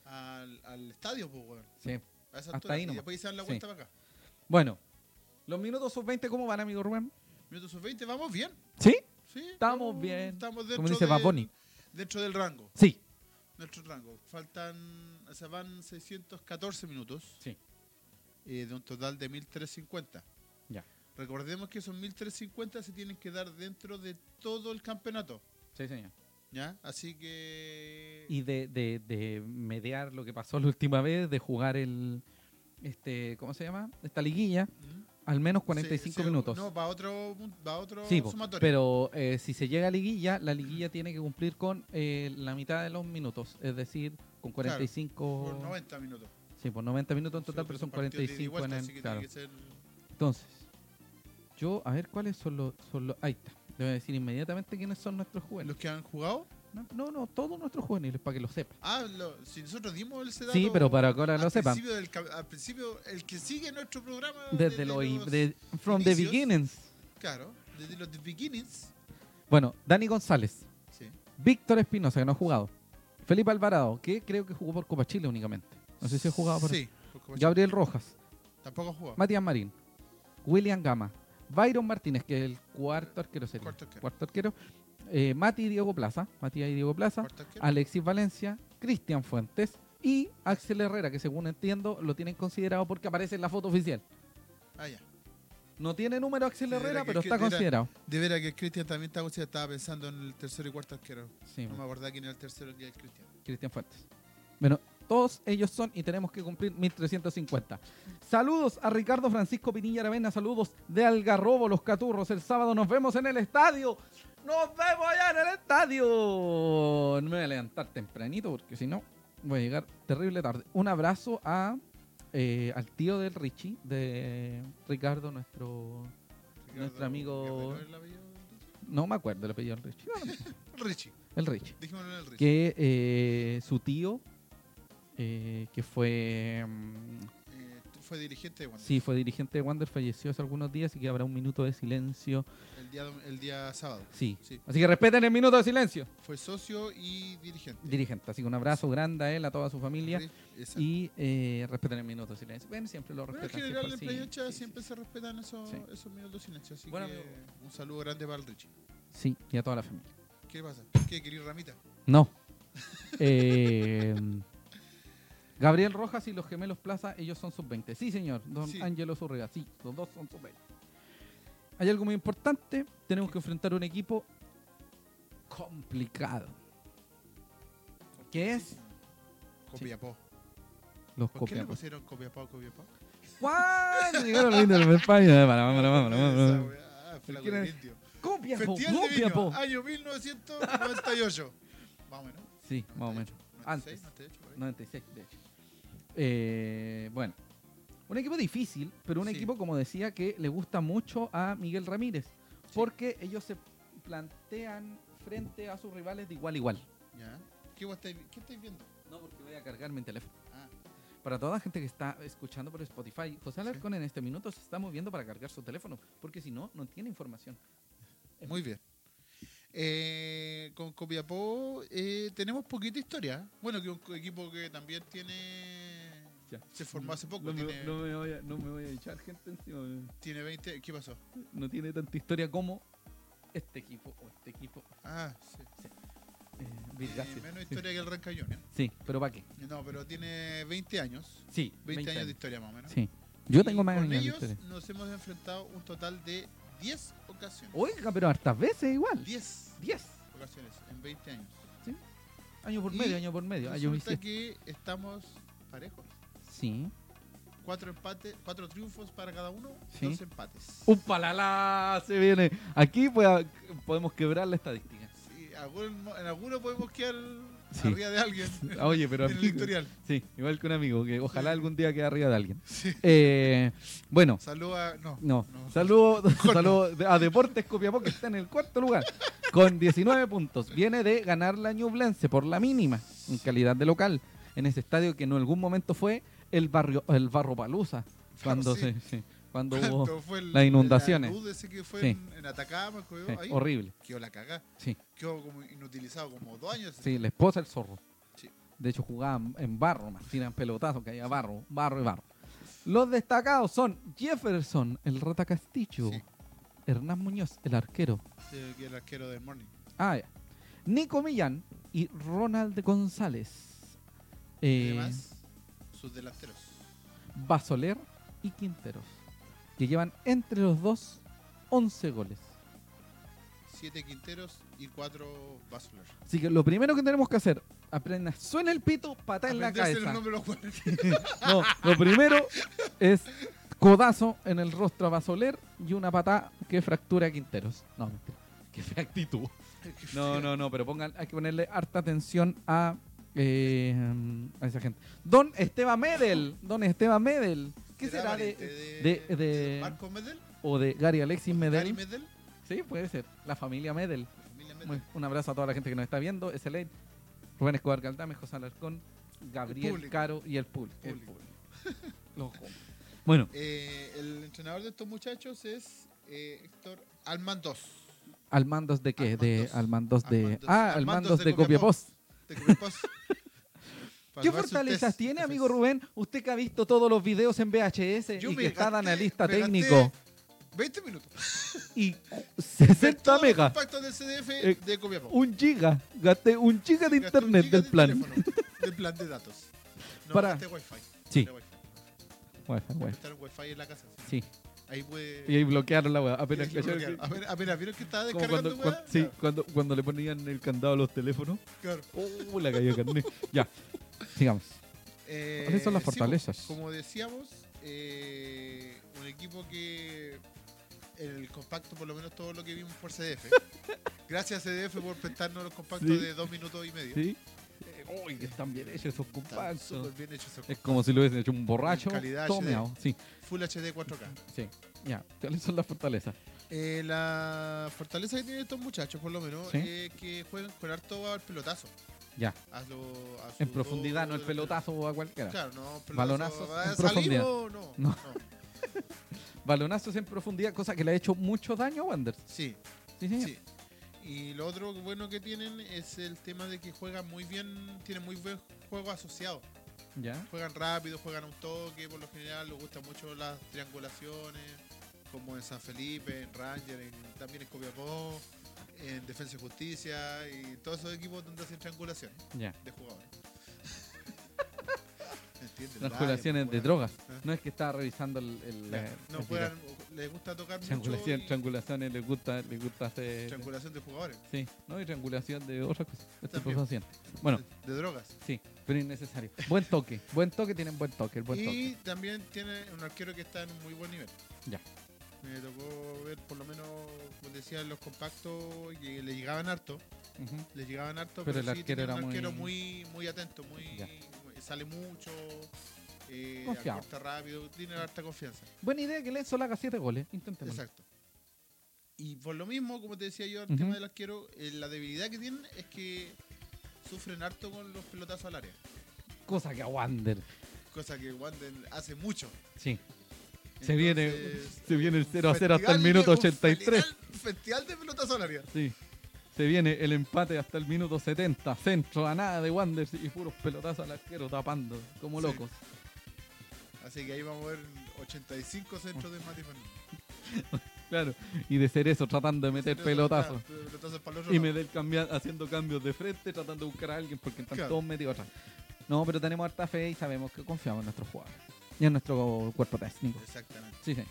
S1: al, al estadio, pues, weón.
S2: Sí.
S1: A esa
S2: Hasta
S1: altura,
S2: ahí
S1: y
S2: nomás.
S1: después se dan la
S2: Sí.
S1: vuelta para acá.
S2: Bueno, los minutos sub 20, ¿cómo van, amigo Rubén?
S1: Minutos sub 20, vamos bien.
S2: ¿Sí?
S1: Sí,
S2: Estamos bien.
S1: Estamos
S2: Como
S1: dentro
S2: dice
S1: del-
S2: Bad Bunny.
S1: Dentro del rango,
S2: Sí.
S1: dentro del rango. Faltan, o sea, van 614 minutos,
S2: Sí.
S1: eh, de un total de 1350.
S2: Ya.
S1: Recordemos que esos 1350 se tienen que dar dentro de todo el campeonato.
S2: Sí, señor.
S1: ¿Ya? Así que.
S2: Y de, de, de mediar lo que pasó la última vez, de jugar el. este ¿Cómo se llama? Esta liguilla,
S1: ¿Mm?
S2: al menos 45
S1: Sí, sí,
S2: minutos.
S1: No, va otro, va otro
S2: Sí, po,
S1: sumatorio.
S2: pero eh, si se llega a liguilla, la liguilla tiene que cumplir con eh, la mitad de los minutos, es decir, con 45...
S1: Por 90 minutos.
S2: Sí, por 90 minutos en total,
S1: Sí,
S2: pero
S1: porque
S2: son
S1: partidos de ida y
S2: 45
S1: vuelta,
S2: en
S1: así
S2: el...
S1: que
S2: Claro.
S1: tiene que ser-
S2: Entonces, yo, a ver cuáles son los... Son los ahí está. Debo decir inmediatamente quiénes son nuestros juveniles.
S1: ¿Los que han jugado?
S2: No, no, no, todos nuestros juveniles, para que lo sepan.
S1: Ah, lo- si nosotros dimos el dato
S2: Sí, pero para que ahora
S1: al
S2: lo sepan.
S1: principio del ca- al principio, el que sigue nuestro programa.
S2: Desde los... in- de- from the
S1: inicios.
S2: beginnings.
S1: Claro, desde los de beginnings.
S2: Bueno, Dani González,
S1: Sí.
S2: Víctor Espinosa, que no ha jugado. Felipe Alvarado, que creo que jugó por Copa Chile únicamente. No sé si ha jugado por...
S1: Sí, por Copa
S2: Gabriel Rojas,
S1: Chile. Tampoco ha jugado.
S2: Matías Marín, William Gama, Byron Martínez, que es el cuarto arquero sería.
S1: Cuarto arquero.
S2: arquero. Eh, Mati y Diego Plaza, Matías y Diego Plaza,
S1: Cuarto arquero.
S2: Alexis Valencia, Cristian Fuentes y Axel Herrera, que según entiendo lo tienen considerado porque aparece en la foto oficial.
S1: Ah, ya.
S2: No tiene número Axel
S1: Sí, era
S2: Herrera,
S1: que-
S2: pero
S1: que
S2: está
S1: era-
S2: considerado.
S1: De veras que el Cristian también estaba, estaba pensando en el tercero y cuarto arquero.
S2: Sí,
S1: No me acordaba quién era el tercero y el Cristian.
S2: Cristian Fuentes. Bueno, Todos ellos son y tenemos que cumplir 1350. Saludos a Ricardo Francisco Pinilla Aravena. Saludos de Algarrobo, Los Caturros. El sábado nos vemos en el estadio. ¡Nos vemos allá en el estadio! No me voy a levantar tempranito porque si no voy a llegar terrible tarde. Un abrazo a, eh, al tío del Richie, de Ricardo, nuestro...
S1: Ricardo
S2: Nuestro amigo-
S1: Guerrero, ¿el apellido del Richie?
S2: No me acuerdo el apellido del Richie. Bueno,
S1: El Richie,
S2: El Richie.
S1: dijimos el Richie.
S2: que eh, su tío, eh, que fue, mm,
S1: Eh, tú- fue dirigente de Wander.
S2: sí, fue dirigente de Wander, falleció hace algunos días, así que habrá un minuto de silencio.
S1: El, día, dom- el día sábado.
S2: Sí.
S1: Sí.
S2: Así que respeten el minuto de silencio.
S1: Fue socio y dirigente.
S2: Dirigente, así que un abrazo grande a él, a toda su familia.
S1: Exacto.
S2: Y eh, respeten el minuto de silencio. Bueno, siempre lo
S1: Bueno, en
S2: respetan.
S1: general en
S2: siempre,
S1: Play
S2: sí,
S1: Ocha
S2: sí, sí.
S1: siempre se respetan esos,
S2: Sí.
S1: esos minutos de silencio. Así
S2: Bueno,
S1: que
S2: amigo.
S1: un saludo grande para el Richie.
S2: Sí, y a toda la familia.
S1: ¿Qué pasa? ¿Qué querís, Ramita?
S2: No. Eh, Gabriel Rojas y los gemelos Plaza, ellos son sub-20. Sí, señor. Don
S1: Sí.
S2: Ángelo Surrega, sí, los dos son sub-20. Hay algo muy importante. Tenemos que enfrentar un equipo complicado. ¿Qué es?
S1: Copiapó.
S2: Los
S1: ¿Por qué le
S2: copiamos.
S1: pusieron Copiapó, Copiapó?
S2: ¿Cuándo llegaron los indios de España? Para, para, para,
S1: Ah,
S2: para,
S1: Esa
S2: para.
S1: weá, flaco
S2: ¿Quién
S1: del
S2: es?
S1: indio.
S2: Copia, po,
S1: Festival de
S2: copia, po.
S1: Viña, año 1998. Más o menos.
S2: Sí, más o menos.
S1: 98,
S2: Antes.
S1: 98, por ahí.
S2: 96, de hecho. Eh, bueno, un equipo difícil, pero un
S1: Sí.
S2: equipo, como decía, que le gusta mucho a Miguel Ramírez, porque ellos se plantean frente a sus rivales de igual a igual.
S1: Ya. ¿Qué, vos estáis, ¿Qué estáis viendo?
S2: No, porque voy a cargar mi teléfono.
S1: Ah,
S2: Para toda la gente que está escuchando por Spotify, José Alarcón en este minuto se está moviendo para cargar su teléfono, porque si no, no tiene información.
S1: muy bien. Eh, con Copiapó eh, tenemos poquita historia. Bueno, que un co- equipo que también tiene.
S4: Ya.
S1: Se formó hace poco.
S4: No me,
S1: tiene,
S4: no me voy a, no me voy a echar gente encima. weón.
S1: tiene 20. ¿Qué pasó?
S2: No tiene tanta historia como este equipo o este equipo.
S1: Ah, sí.
S2: Eh, Bill
S1: Tiene
S2: Gates.
S1: menos historia que el Rancayón. ¿eh?
S2: Sí, pero ¿para qué?
S1: No, pero tiene 20 años.
S2: Sí,
S1: 20, años de historia más o menos.
S2: Sí. Yo tengo
S1: Y
S2: más
S1: Con
S2: años de
S1: ellos
S2: historia.
S1: nos hemos enfrentado un total de 10 ocasiones.
S2: Oiga, pero hartas veces igual.
S1: 10
S2: 10.
S1: ocasiones en 20 años.
S2: Año por
S1: Y
S2: medio, año por medio. Año
S1: Resulta
S2: bisiesto.
S1: que estamos parejos.
S2: Sí.
S1: Cuatro empates, cuatro triunfos para cada uno,
S2: Sí. Uh.
S1: dos empates.
S2: ¡Un palalá! Se viene. Aquí pues, podemos quebrar la estadística.
S1: Sí, algún- en alguno podemos quedar
S2: Sí.
S1: arriba de alguien
S2: Ah, Oye, pero.
S1: en el historial.
S2: Sí, igual que un amigo, que ojalá algún día quede arriba de alguien.
S1: Sí.
S2: Eh, bueno,
S1: Saluda, no.
S2: no.
S1: No.
S2: Saludos saludo a Deportes Copiapó, que está en el cuarto lugar, con 19 puntos. Viene de ganar la Ñublense por la mínima, en calidad de local, en ese estadio que en algún momento fue el barrio el Barro Palusa, cuando,
S1: Sí.
S2: se- sí, cuando hubo.
S1: ¿Cuánto fue el-
S2: las inundaciones.
S1: La luz ese que fue
S2: Sí.
S1: en, en Atacama, que
S2: Sí,
S1: quedó ahí,
S2: horrible.
S1: quedó la cagada.
S2: Sí,
S1: Quedó como inutilizado como dos años.
S2: sí, la esposa el zorro.
S1: Sí.
S2: De hecho, jugaban en barro, más tiran pelotazos, que había barro, barro y barro. Los destacados son Jefferson, el Rata Castillo,
S1: Sí.
S2: Hernán Muñoz, el arquero.
S1: Sí, este, que el arquero del Morning.
S2: Ah, ya. Nico Millán y Ronald González. Eh,
S1: Además, sus delanteros.
S2: Basoler y Quinteros. Que llevan entre los dos 11 goles.
S1: Siete quinteros y cuatro Basler.
S2: Así que lo primero que tenemos que hacer, apenas suena el pito, patada en la
S1: Aprenderse
S2: cabeza.
S1: los nombres de los jugadores.
S2: No, lo primero es codazo en el rostro a Basoler y una patada que fractura a Quinteros. No, mentira. Qué fea actitud. No, no, no, pero pongan, hay que ponerle harta atención a, eh, a esa gente. Don Esteban Medel. Don Esteban Medel. ¿Qué será
S1: pariente
S2: de, de- de-
S1: Marco Medel?
S2: o de Gary Alexis
S1: Gary
S2: Medel?
S1: Medel?
S2: Sí, puede ser. La familia Medel.
S1: la familia Medel.
S2: Muy- un abrazo a toda la gente que nos está viendo. SLA, Rubén Escobar Galdame, José Alarcón, Gabriel
S1: público.
S2: Caro y el público.
S1: El
S2: El público. Los jóvenes. bueno,
S1: Eh, el entrenador de estos muchachos es eh, Héctor Almandos.
S2: al mandos de qué? De,
S1: Almandos.
S2: al mandos de.
S1: Almandos.
S2: Ah, al
S1: Almandos
S2: mandos
S1: de
S2: de
S1: Copiapó.
S2: Copiapós.
S1: de Copiapó. Para
S2: ¿Qué
S1: probar sus
S2: fortalezas
S1: test.
S2: tiene, amigo Rubén? Usted que ha visto todos los videos en VHS
S1: Yo
S2: y
S1: me
S2: que está de
S1: gasté-
S2: analista
S1: me gasté
S2: técnico
S1: 20 minutos.
S2: y
S1: Ver
S2: 60
S1: todos los
S2: megas,
S1: compactos del CDF
S2: Eh,
S1: de Copiapó.
S2: un giga, gasté un giga de
S1: Gasté un
S2: internet
S1: giga
S2: del
S1: de
S2: plan.
S1: teléfono, Del plan de datos. No,
S2: Para-
S1: gasté wifi.
S2: Sí.
S1: Gasté wifi.
S2: Bueno, bueno,
S1: Conectaron wifi en la casa. sí.
S2: sí.
S1: Ahí puede...
S2: Y ahí bloquearon la weá, apenas
S1: Apenas,
S2: cacharon que-
S1: apenas vieron que estaba
S2: como
S1: descargando,
S2: cuando,
S1: weá.
S2: cuan- sí, cuando, cuando le ponían el candado a los teléfonos.
S1: Claro.
S2: ¡Oh, la cayó carne! Ya, sigamos.
S1: Eh,
S2: ¿Cuáles son las
S1: sí, pues,
S2: fortalezas?
S1: como decíamos, eh, un equipo que en el compacto, por lo menos todo lo que vimos por CDF. Gracias CDF por prestarnos los compactos
S4: Sí.
S1: de dos minutos y medio.
S4: Sí. Eh, uy, que están bien hechos esos
S1: Están súper
S4: compactos.
S1: bien hechos esos
S2: Es
S1: compactos.
S2: como si lo hubiesen hecho un borracho.
S1: Calidad
S2: Tome
S1: HD.
S2: ahora. Sí,
S1: Full HD 4K.
S2: sí. Ya, ¿cuáles son las fortalezas?
S1: Eh, la fortaleza que tienen estos muchachos, por lo menos,
S2: Sí.
S1: es que juegan con harto al pelotazo.
S2: Ya,
S1: A lo- a su
S2: en profundidad, no el
S1: todo-
S2: pelotazo o a cualquiera.
S1: Claro, no, pelotazo.
S2: Balonazos
S1: ¿va
S2: en
S1: a salir
S2: profundidad.
S1: o no?
S2: No.
S1: no.
S2: Balonazos en profundidad, cosa que le ha hecho mucho daño a Wander.
S1: Sí,
S2: Sí, señor.
S1: Sí. Y lo otro bueno que tienen es el tema de que juegan muy bien, tienen muy buen juego asociado.
S2: Ya.
S1: Juegan rápido, juegan a un toque, por lo general les gustan mucho las triangulaciones, como en San Felipe, en Ranger, en- también en Copiapó, en Defensa y Justicia, y todos esos equipos donde hacen triangulaciones
S2: Ya.
S1: de jugadores. ¿Entiendes?
S2: Las
S1: Raya,
S2: curaciones de
S1: juegan-
S2: drogas.
S1: ¿Ah?
S2: No es que estaba revisando el. el- la-
S1: No
S2: la-
S1: juegan, les gusta tocar mucho
S2: Triangulación,
S1: y-
S2: triangulaciones, les gusta, les gusta hacer.
S1: triangulación de jugadores,
S2: Sí, no, y triangulación de otras cosas. este estupefacientes. Bueno,
S1: de- de drogas.
S2: sí, pero innecesario. Buen toque, buen toque, tienen buen toque, el buen
S1: y
S2: toque.
S1: también tiene un arquero que está en un muy buen nivel.
S2: Ya.
S1: Me tocó ver, por lo menos, como decía, los compactos que le llegaban harto.
S2: Ujú.
S1: Le llegaban harto,
S2: Pero
S1: pero,
S2: el
S1: sí
S2: arquero
S1: tenía
S2: era
S1: un
S2: muy-
S1: arquero muy, muy atento, muy,
S2: Ya.
S1: muy- sale mucho, eh,
S2: Confiado.
S1: acorta rápido, tiene harta confianza.
S2: Buena idea que Lenzo le haga 7 goles. Intentemos.
S1: Exacto. Y por lo mismo, como te decía yo, el
S2: Ujú.
S1: tema del arquero, eh, la debilidad que tienen es que sufren harto con los pelotazos al área,
S2: Cosa que a Wander.
S1: cosa que Wander hace mucho.
S2: Sí. Se viene-
S1: Entonces,
S2: se viene el
S1: un
S2: 0 a 0 hasta el
S1: festival
S2: minuto
S1: de-
S2: 83.
S1: Un festival, festival de pelotas salarial.
S2: Sí. Se viene el empate hasta el minuto 70. Centro a nada de Wander y puros pelotazos al arquero tapando como
S1: Sí.
S2: locos.
S1: Así que ahí vamos a ver 85 centros de Mati Fernández.
S2: Claro. Y de Cerezo tratando de meter
S1: Centros
S2: pelotazos.
S1: para- Pelotazos para el otro
S2: Y
S1: lado.
S2: me haciendo cambios de frente, tratando de buscar a alguien porque están
S1: Claro.
S2: todos metidos atrás. No, pero tenemos harta fe y sabemos que confiamos en nuestros jugadores. Y en nuestro cuerpo técnico.
S1: Exactamente.
S2: Sí, sí.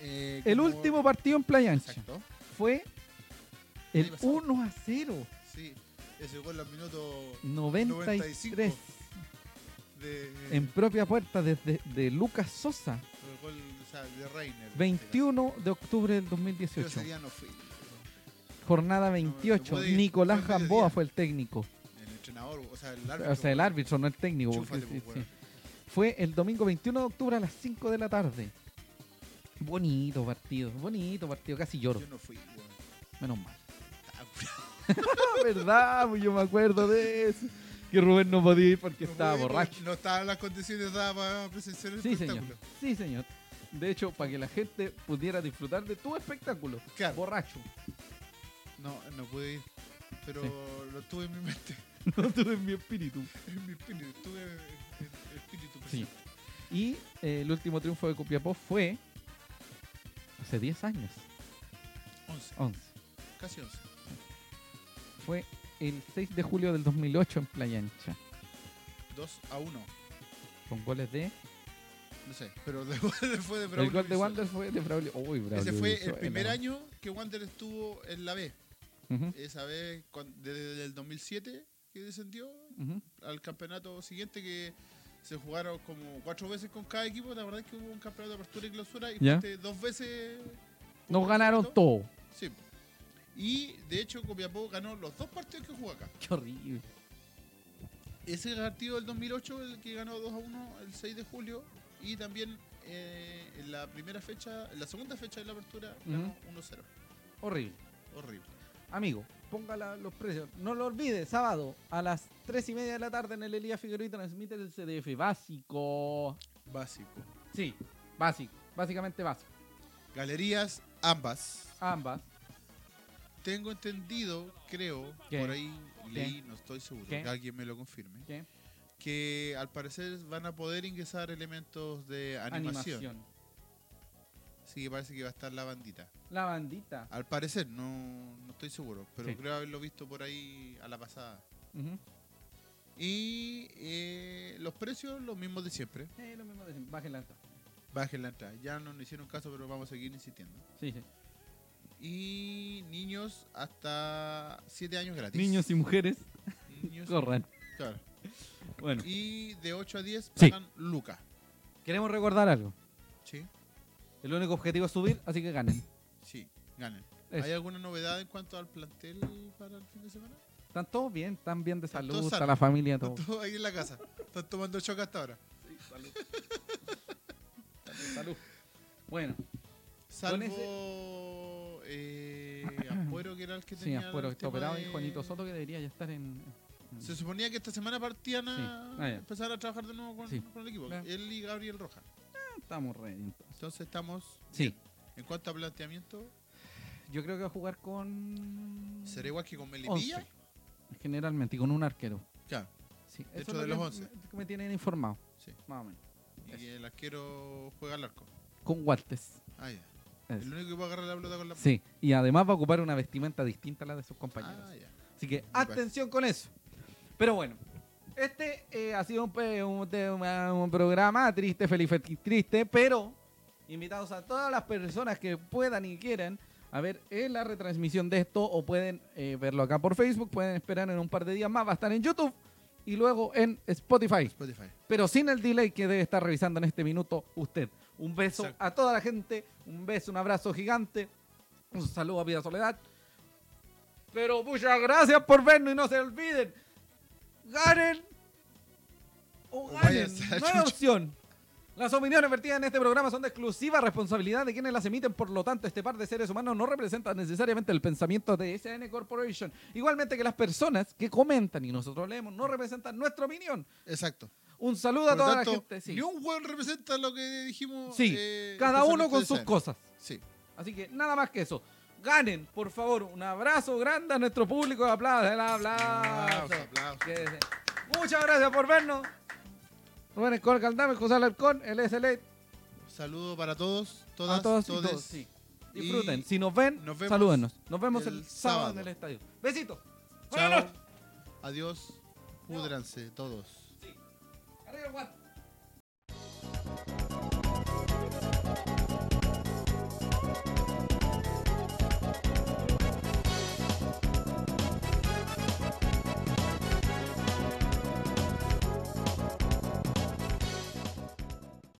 S1: Eh,
S2: El
S1: como-
S2: último partido en Playa Ancha
S1: Exacto.
S2: fue
S1: Sí,
S2: el
S1: pasado.
S2: 1 a 0.
S1: Sí. Ese gol al minuto
S2: 93
S1: 95. de.
S2: en propia puerta desde de Lucas Sosa,
S1: el gol o sea, de Reiner.
S2: 21 de octubre del
S1: Yo
S2: 2018.
S1: ese día no fui.
S2: Jornada
S1: no
S2: 28.
S1: puede ir,
S2: Nicolás
S1: fue el
S2: Gamboa
S1: mediodía.
S2: fue el técnico.
S1: El entrenador, o sea, el árbitro.
S2: O sea, el árbitro, no el técnico. porque
S1: Chúfate,
S2: sí,
S1: pues, weón.
S2: sí. Fue el domingo 21 de octubre a las 5 de la tarde. Bonito partido, bonito partido, casi lloro,
S1: Yo no fui, weón.
S2: menos mal.
S1: Estaba
S2: La verdad, pues, yo me acuerdo de eso. Que Rubén no podía ir porque
S1: No
S2: estaba
S1: pude, porque
S2: borracho.
S1: No estaba en las condiciones dadas para presenciar el
S2: Sí, señor.
S1: espectáculo.
S2: Sí, señor. De hecho, para que la gente pudiera disfrutar de tu espectáculo,
S1: Claro.
S2: borracho.
S1: No, no pude ir. Pero
S2: Sí.
S1: lo tuve en mi mente,
S2: No tuve en mi espíritu.
S1: en mi espíritu, tuve el, el espíritu
S2: Pues Sí.
S1: presente.
S2: Y eh, el último triunfo de Copiapó fue hace 10 años,
S1: 11,
S2: 11.
S1: casi 11.
S2: Fue el 6 de julio del 2008 en Playa Ancha,
S1: 2 a 1,
S2: con goles de
S1: no sé, pero de Wander fue de
S2: el gol de
S1: Braulio
S2: Wander fue de Braulio. Uy,
S1: Brizuela.
S2: Braulio
S1: Ese fue el
S2: Brizuela.
S1: primer año que Wander estuvo en la B.
S2: Ujú,
S1: Esa vez, cuan- desde el 2007 que descendió
S2: ujú.
S1: al campeonato siguiente que se jugaron como cuatro veces con cada equipo. La verdad es que hubo un campeonato de apertura y clausura y
S2: Ya.
S1: fuiste dos veces.
S2: Nos ganaron
S1: todos
S2: todo.
S1: Sí. Y de hecho Copiapó ganó los dos partidos que jugó acá.
S2: Qué horrible.
S1: Ese partido del 2008, el que ganó 2 a 1 el 6 de julio, y también eh, en la primera fecha, en la segunda fecha de la apertura, ganó 1-0.
S2: Horrible.
S1: Horrible.
S2: Amigo, ponga la- los precios. No lo olvide, sábado a las 3 y media de la tarde en el Elías Figueroa y transmite el CDF básico.
S1: Básico.
S2: Sí, básico. Básicamente básico.
S1: Galerías, ambas.
S2: Ambas.
S1: Tengo entendido, creo,
S2: ¿Qué?
S1: por ahí leí, no estoy seguro,
S2: ¿Qué?
S1: que alguien me lo confirme,
S2: ¿Qué?
S1: que al parecer van a poder ingresar elementos de animación.
S2: Animación.
S1: Sí, parece que va a estar la bandita.
S2: La bandita.
S1: Al parecer, no, no estoy seguro, pero
S2: Sí.
S1: creo haberlo visto por ahí a la pasada.
S2: Ujú.
S1: Y eh, los precios los mismos de siempre.
S2: Eh, lo mismo de siempre. Bajen la alta.
S1: Bajen la entrada. Ya no nos hicieron caso, pero vamos a seguir insistiendo.
S2: Sí, sí.
S1: Y niños hasta 7 años gratis.
S2: Niños y mujeres,
S1: Niños-
S2: corran.
S1: Claro.
S2: Bueno,
S1: Y de 8 a 10
S2: Sí.
S1: pagan lucas.
S2: queremos recordar algo.
S1: Sí,
S2: El único objetivo es subir, así que ganen.
S1: sí, ganen.
S2: Eso.
S1: ¿Hay alguna novedad en cuanto al plantel para el fin de semana?
S2: Están todos bien, están bien de
S1: Están
S2: salud,
S1: todos
S2: está
S1: sanos.
S2: la familia, todo.
S1: Están todos ahí en la casa. Están tomando choca hasta ahora.
S4: Salud.
S2: Bueno, Con
S1: Salvo eh, Ampuero, que era el que
S2: sí,
S1: tenía.
S2: Aspuro
S1: el
S2: que está
S1: tema
S2: operado
S1: de-
S2: y Juanito Soto que debería ya estar en. en-
S1: Se suponía que esta semana partían a
S2: Sí. Ah, ya.
S1: empezar a trabajar de nuevo con,
S2: Sí.
S1: con el equipo.
S2: Ya.
S1: Él y Gabriel Roja.
S2: Estamos ready entonces.
S1: Entonces estamos.
S2: Sí,
S1: En cuanto a planteamiento,
S2: yo creo que va a jugar con.
S1: será igual que con Melipilla.
S2: Once. Generalmente, y con un arquero.
S1: Ya.
S2: Sí,
S1: Dentro
S2: es
S1: de
S2: lo
S1: los
S2: que
S1: once.
S2: me- que me tienen informado.
S1: Sí.
S2: Más o menos.
S1: Y que el arquero juega al arco.
S2: Con guantes.
S1: Ah, ya.
S2: Eso.
S1: El único que puede agarrar la pelota con la
S2: Sí, y además va a ocupar una vestimenta distinta a la de sus compañeros.
S1: Ah, ya.
S2: Así que
S1: parece.
S2: atención con eso. Pero bueno, este eh, ha sido un, pe- un te- una- un programa triste, feliz, fe- triste, pero invitados a todas las personas que puedan y quieran a ver eh, la retransmisión de esto o pueden eh, verlo acá por Facebook, pueden esperar en un par de días más, va a estar en YouTube y luego en Spotify
S1: Spotify.
S2: pero sin el delay que debe estar revisando en este minuto usted. Un beso
S1: Exacto.
S2: a toda la gente, un beso, un abrazo gigante, un saludo a Vida Soledad. Pero muchas gracias por vernos y no se olviden. Ganen
S1: O
S2: o ganen.
S1: váyanse a la
S2: No hay
S1: chucha.
S2: opción. Las opiniones vertidas en este programa son de exclusiva responsabilidad de quienes las emiten, por lo tanto, este par de seres humanos no representa necesariamente el pensamiento de SN Corporation. Igualmente que las personas que comentan y nosotros leemos no representan nuestra opinión.
S1: Exacto.
S2: Un saludo a
S1: Por
S2: toda
S1: tanto,
S2: la gente. Sí,
S1: Ni un hueón representa lo que dijimos.
S2: Sí,
S1: eh,
S2: cada uno con
S1: especialmente
S2: sus
S1: de
S2: cosas.
S1: Sí.
S2: Así que nada más que eso. Ganen, por favor, un abrazo grande a nuestro público. Aplausos, el aplauso.
S1: Aplausos, aplausos.
S2: Quédese. Muchas gracias por vernos. Rubén Escobar Caldame, José Alarcón, el SLA.
S1: Saludo para todos, todas,
S2: a todos
S1: todes.
S2: y todos. sí. Disfruten.
S1: Y
S2: si nos ven,
S1: nos vemos
S2: salúdenos. Nos vemos el,
S1: el
S2: sábado en
S1: sábado.
S2: el estadio. Besitos.
S1: Chao. Adiós. Púdranse todos.